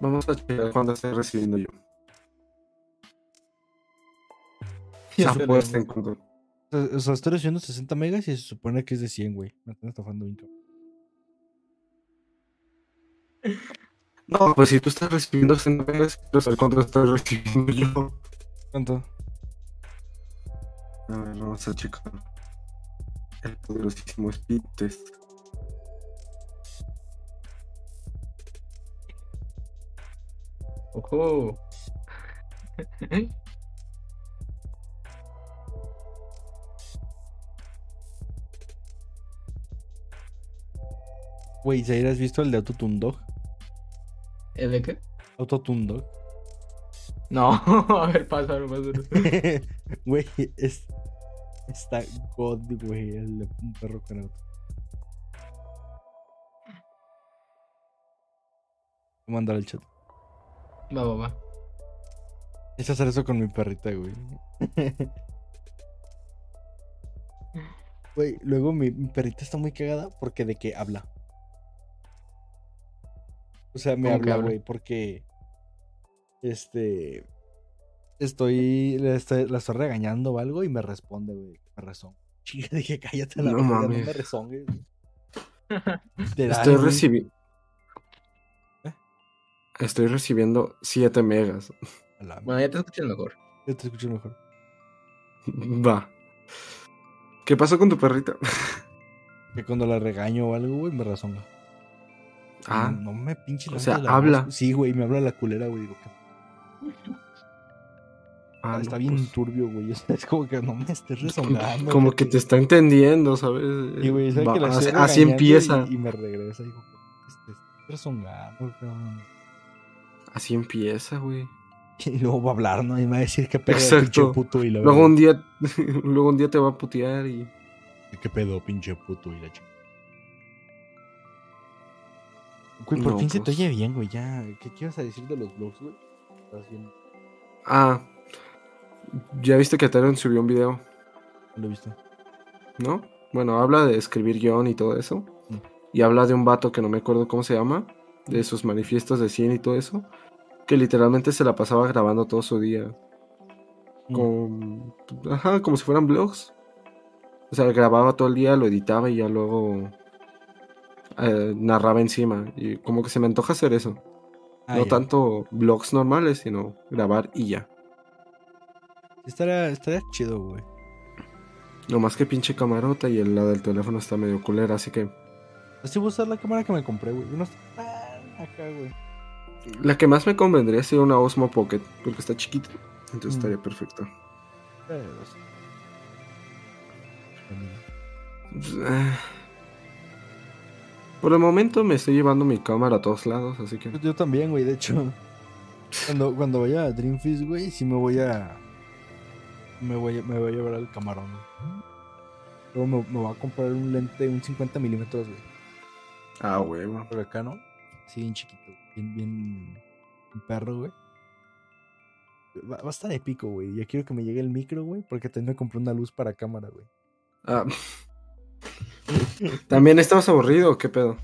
Vamos a checar cuándo estoy recibiendo yo.
Ya
Ah,
se
pues,
lo-
en cuanto-
O sea, o sea, estoy recibiendo 60 megas y se supone que es de 100, güey. Me están estafando bien, cabrón.
No, pues si tú estás recibiendo 100 megas, quiero saber cuánto estoy recibiendo yo.
¿Cuánto?
A ver, vamos a checar. El poderosísimo speed test.
Ojo.
Güey, si has visto el de Autotune Dog?
¿El de qué?
Autotune Dog.
No, a ver, pásalo, pásalo.
Güey, es. Está God, güey. el de Un perro con auto. Voy a mandar al chat.
Va, va, va.
Es hacer eso con mi perrita, güey. Güey, luego mi, mi perrita está muy cagada porque de que habla. O sea, me
¿Cómo que
habla,
habla?
güey, porque. Este. Estoy la, estoy. la estoy regañando o algo y me responde, güey. Me rezonga. Chica, dije, cállate a la
No
verga, no
mames.
me rezongues. güey". Literal,
Estoy
güey.
recibiendo.
¿Eh?
Estoy recibiendo 7 megas.
A la
Bueno, ya te escuchas mejor.
Yo te escucho mejor.
Va. ¿Qué pasó con tu perrita?
Que cuando la regaño o algo, güey, me razonga.
Ah,
No, no me pinche
o
levanta
sea,
la voz.
habla.
Sí, güey, me habla la culera, güey. Digo, que-
ah,
está
no,
bien
pues,
turbio, güey. o sea, es como que no me estés rezongando.
Como que te está entendiendo, ¿sabes?
Y, güey, ¿sabes
Va,
que la
así,
estoy
así
regañando
empieza.
Y, y me regresa y digo, "Te estás rezongando, cabrón.
Así empieza, güey.
Y luego va a hablar, ¿no? Y me va a decir qué pedo,
Exacto.
pinche puto. Y la
Luego
verga.
un día, luego un día te va a putear y.
¿Qué pedo, pinche puto? Y la chica. Güey, por
No,
fin se te
pues.
oye bien, güey. Ya, ¿qué, qué ibas a decir de los vlogs, güey? Estás bien,
Ah. Ya viste que Taron subió un video,
no lo he visto.
¿no? Bueno, habla de escribir guión y todo eso.
Mm.
Y habla de un vato que no me acuerdo cómo se llama. De sus manifiestos de cine y todo eso. Que literalmente se la pasaba grabando todo su día. con- ajá, como si fueran blogs. O sea, grababa todo el día, lo editaba y ya luego eh, narraba encima. Y como que se me antoja hacer eso.
Ah,
no
ya.
tanto blogs normales, sino grabar y ya.
Estaría, estaría chido, güey.
Nomás que pinche camarota y el lado del teléfono está medio culera, así que
Así voy a usar la cámara que me compré, güey. No está tan acá, güey.
la que más me convendría sería una Osmo Pocket, porque está chiquita. Entonces
Mm.
estaría perfecto.
Pero sí. También.
Eh, Por el momento me estoy llevando mi cámara a todos lados, así que
pues, Yo- Yo también, güey, de hecho. Cuando, cuando vaya a Dreamfist, güey, sí me voy a. Me voy a, me voy a llevar al camarón, güey. Luego me, me voy a comprar un lente, un 50 milímetros, güey.
ah huevo.
Por acá, ¿no? Sí, bien chiquito, güey, bien, bien. bien perro, güey. Va, va a estar épico, güey. Ya quiero que me llegue el micro, güey, porque también me compré una luz para cámara, güey.
Ah. También estabas aburrido, qué pedo.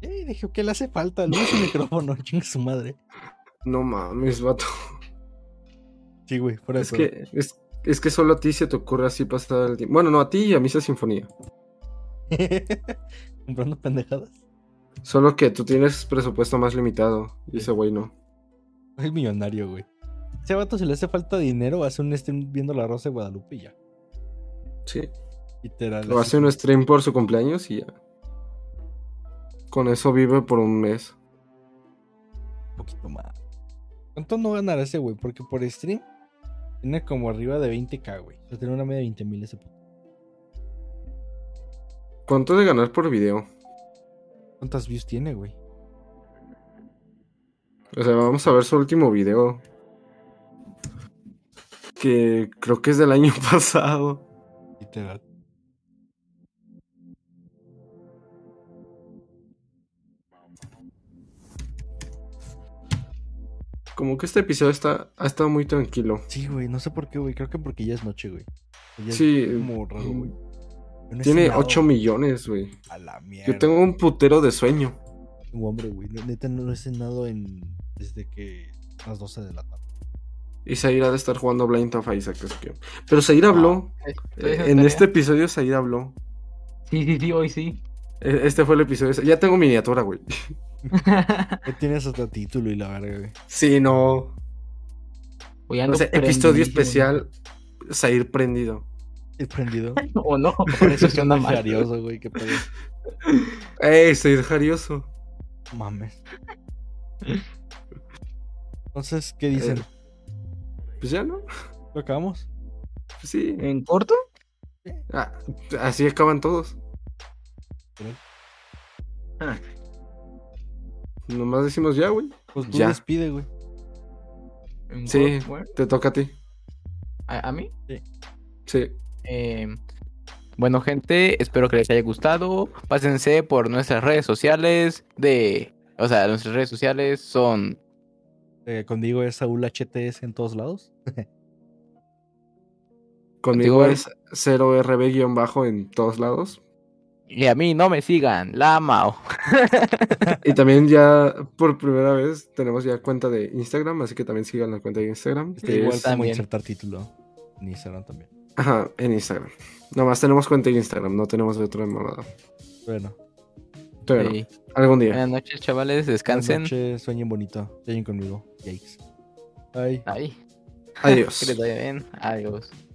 Ey, dije, ¿qué le hace falta? Luz y micrófono, chingue su madre.
No mames, vato.
Sí, güey, fuera de
Es
pedo.
que, es, es que solo a ti se te ocurre así pasar el tiempo. Bueno, no, a ti y a mí esa sinfonía.
Comprando pendejadas.
Solo que tú tienes presupuesto más limitado y ese güey no.
Es millonario, güey. Ese vato, si le hace falta dinero, hace un stream viendo la Rosa de Guadalupe y ya.
Sí.
Literal.
O
así
hace un stream por su cumpleaños y ya. Con eso vive por un mes.
un poquito más. ¿Cuánto no ganará ese, güey? Porque por stream tiene como arriba de 20k, güey. O sea, tiene una media de 20 mil ese puto.
¿Cuánto de ganar por video?
¿Cuántas views tiene, güey?
O sea, vamos a ver su último video. Que creo que es del año pasado.
Literal.
Como que este episodio está, ha estado muy tranquilo.
Sí, güey. No sé por qué, güey. Creo que porque ya es noche, güey. Ya es
Sí, mm,
como raro, güey. Yo no he
Tiene
cenado,
8 millones, güey.
A la mierda.
Yo tengo un putero de sueño.
Tengo hambre, güey. No- Neta, no he cenado en... desde que las 12 de la tarde.
Y Zaira ha de estar jugando Blind of Isaac. así que- Pero Zaira habló.
Estoy
eh,
haciendo
en
tarea.
este episodio Zaira habló.
Sí, sí, sí, hoy sí.
E- Este fue el episodio. Ya tengo miniatura, güey.
Ya tienes hasta título y la verga, güey.
Sí, no.
Hoy
No
ando
sé, episodio
prendidísimo.
especial. Zair prendido.
He prendido.
O no,
Por eso
que
suena jarioso, güey. Qué pedo.
¡Ey, Zair jarioso!
Mames. Entonces, ¿qué dicen?
Eh. Pues ya, ¿no?
¿Lo acabamos?
Pues sí.
¿En corto?
Ah, así acaban todos.
Pero-
Nomás decimos ya, güey.
Pues tú
Ya.
despide, güey.
¿En
Sí.
World War?
Te toca a ti.
¿A, a mí?
Sí.
Eh, bueno, gente, espero que les haya gustado. Pásense por nuestras redes sociales de... O sea, nuestras redes sociales son...
Eh, conmigo es Saúl HTS en todos lados.
Conmigo
Contigo,
es 0RB-bajo en todos lados.
Y a mí no me sigan, la Mao.
Y también ya por primera vez tenemos ya cuenta de Instagram, así que también sigan la cuenta de Instagram.
Está
que
igual
es-
como
también.
insertar título en Instagram también.
Ajá, en Instagram. Nomás tenemos cuenta de Instagram, no tenemos de otra mamada.
Bueno,
Pero
Sí. Eh,
algún día.
Buenas noches, chavales. Descansen.
noche, sueñen bonito. Sueñen conmigo. Yikes. Bye.
Ay,
Adiós.
que les vaya bien. Adiós.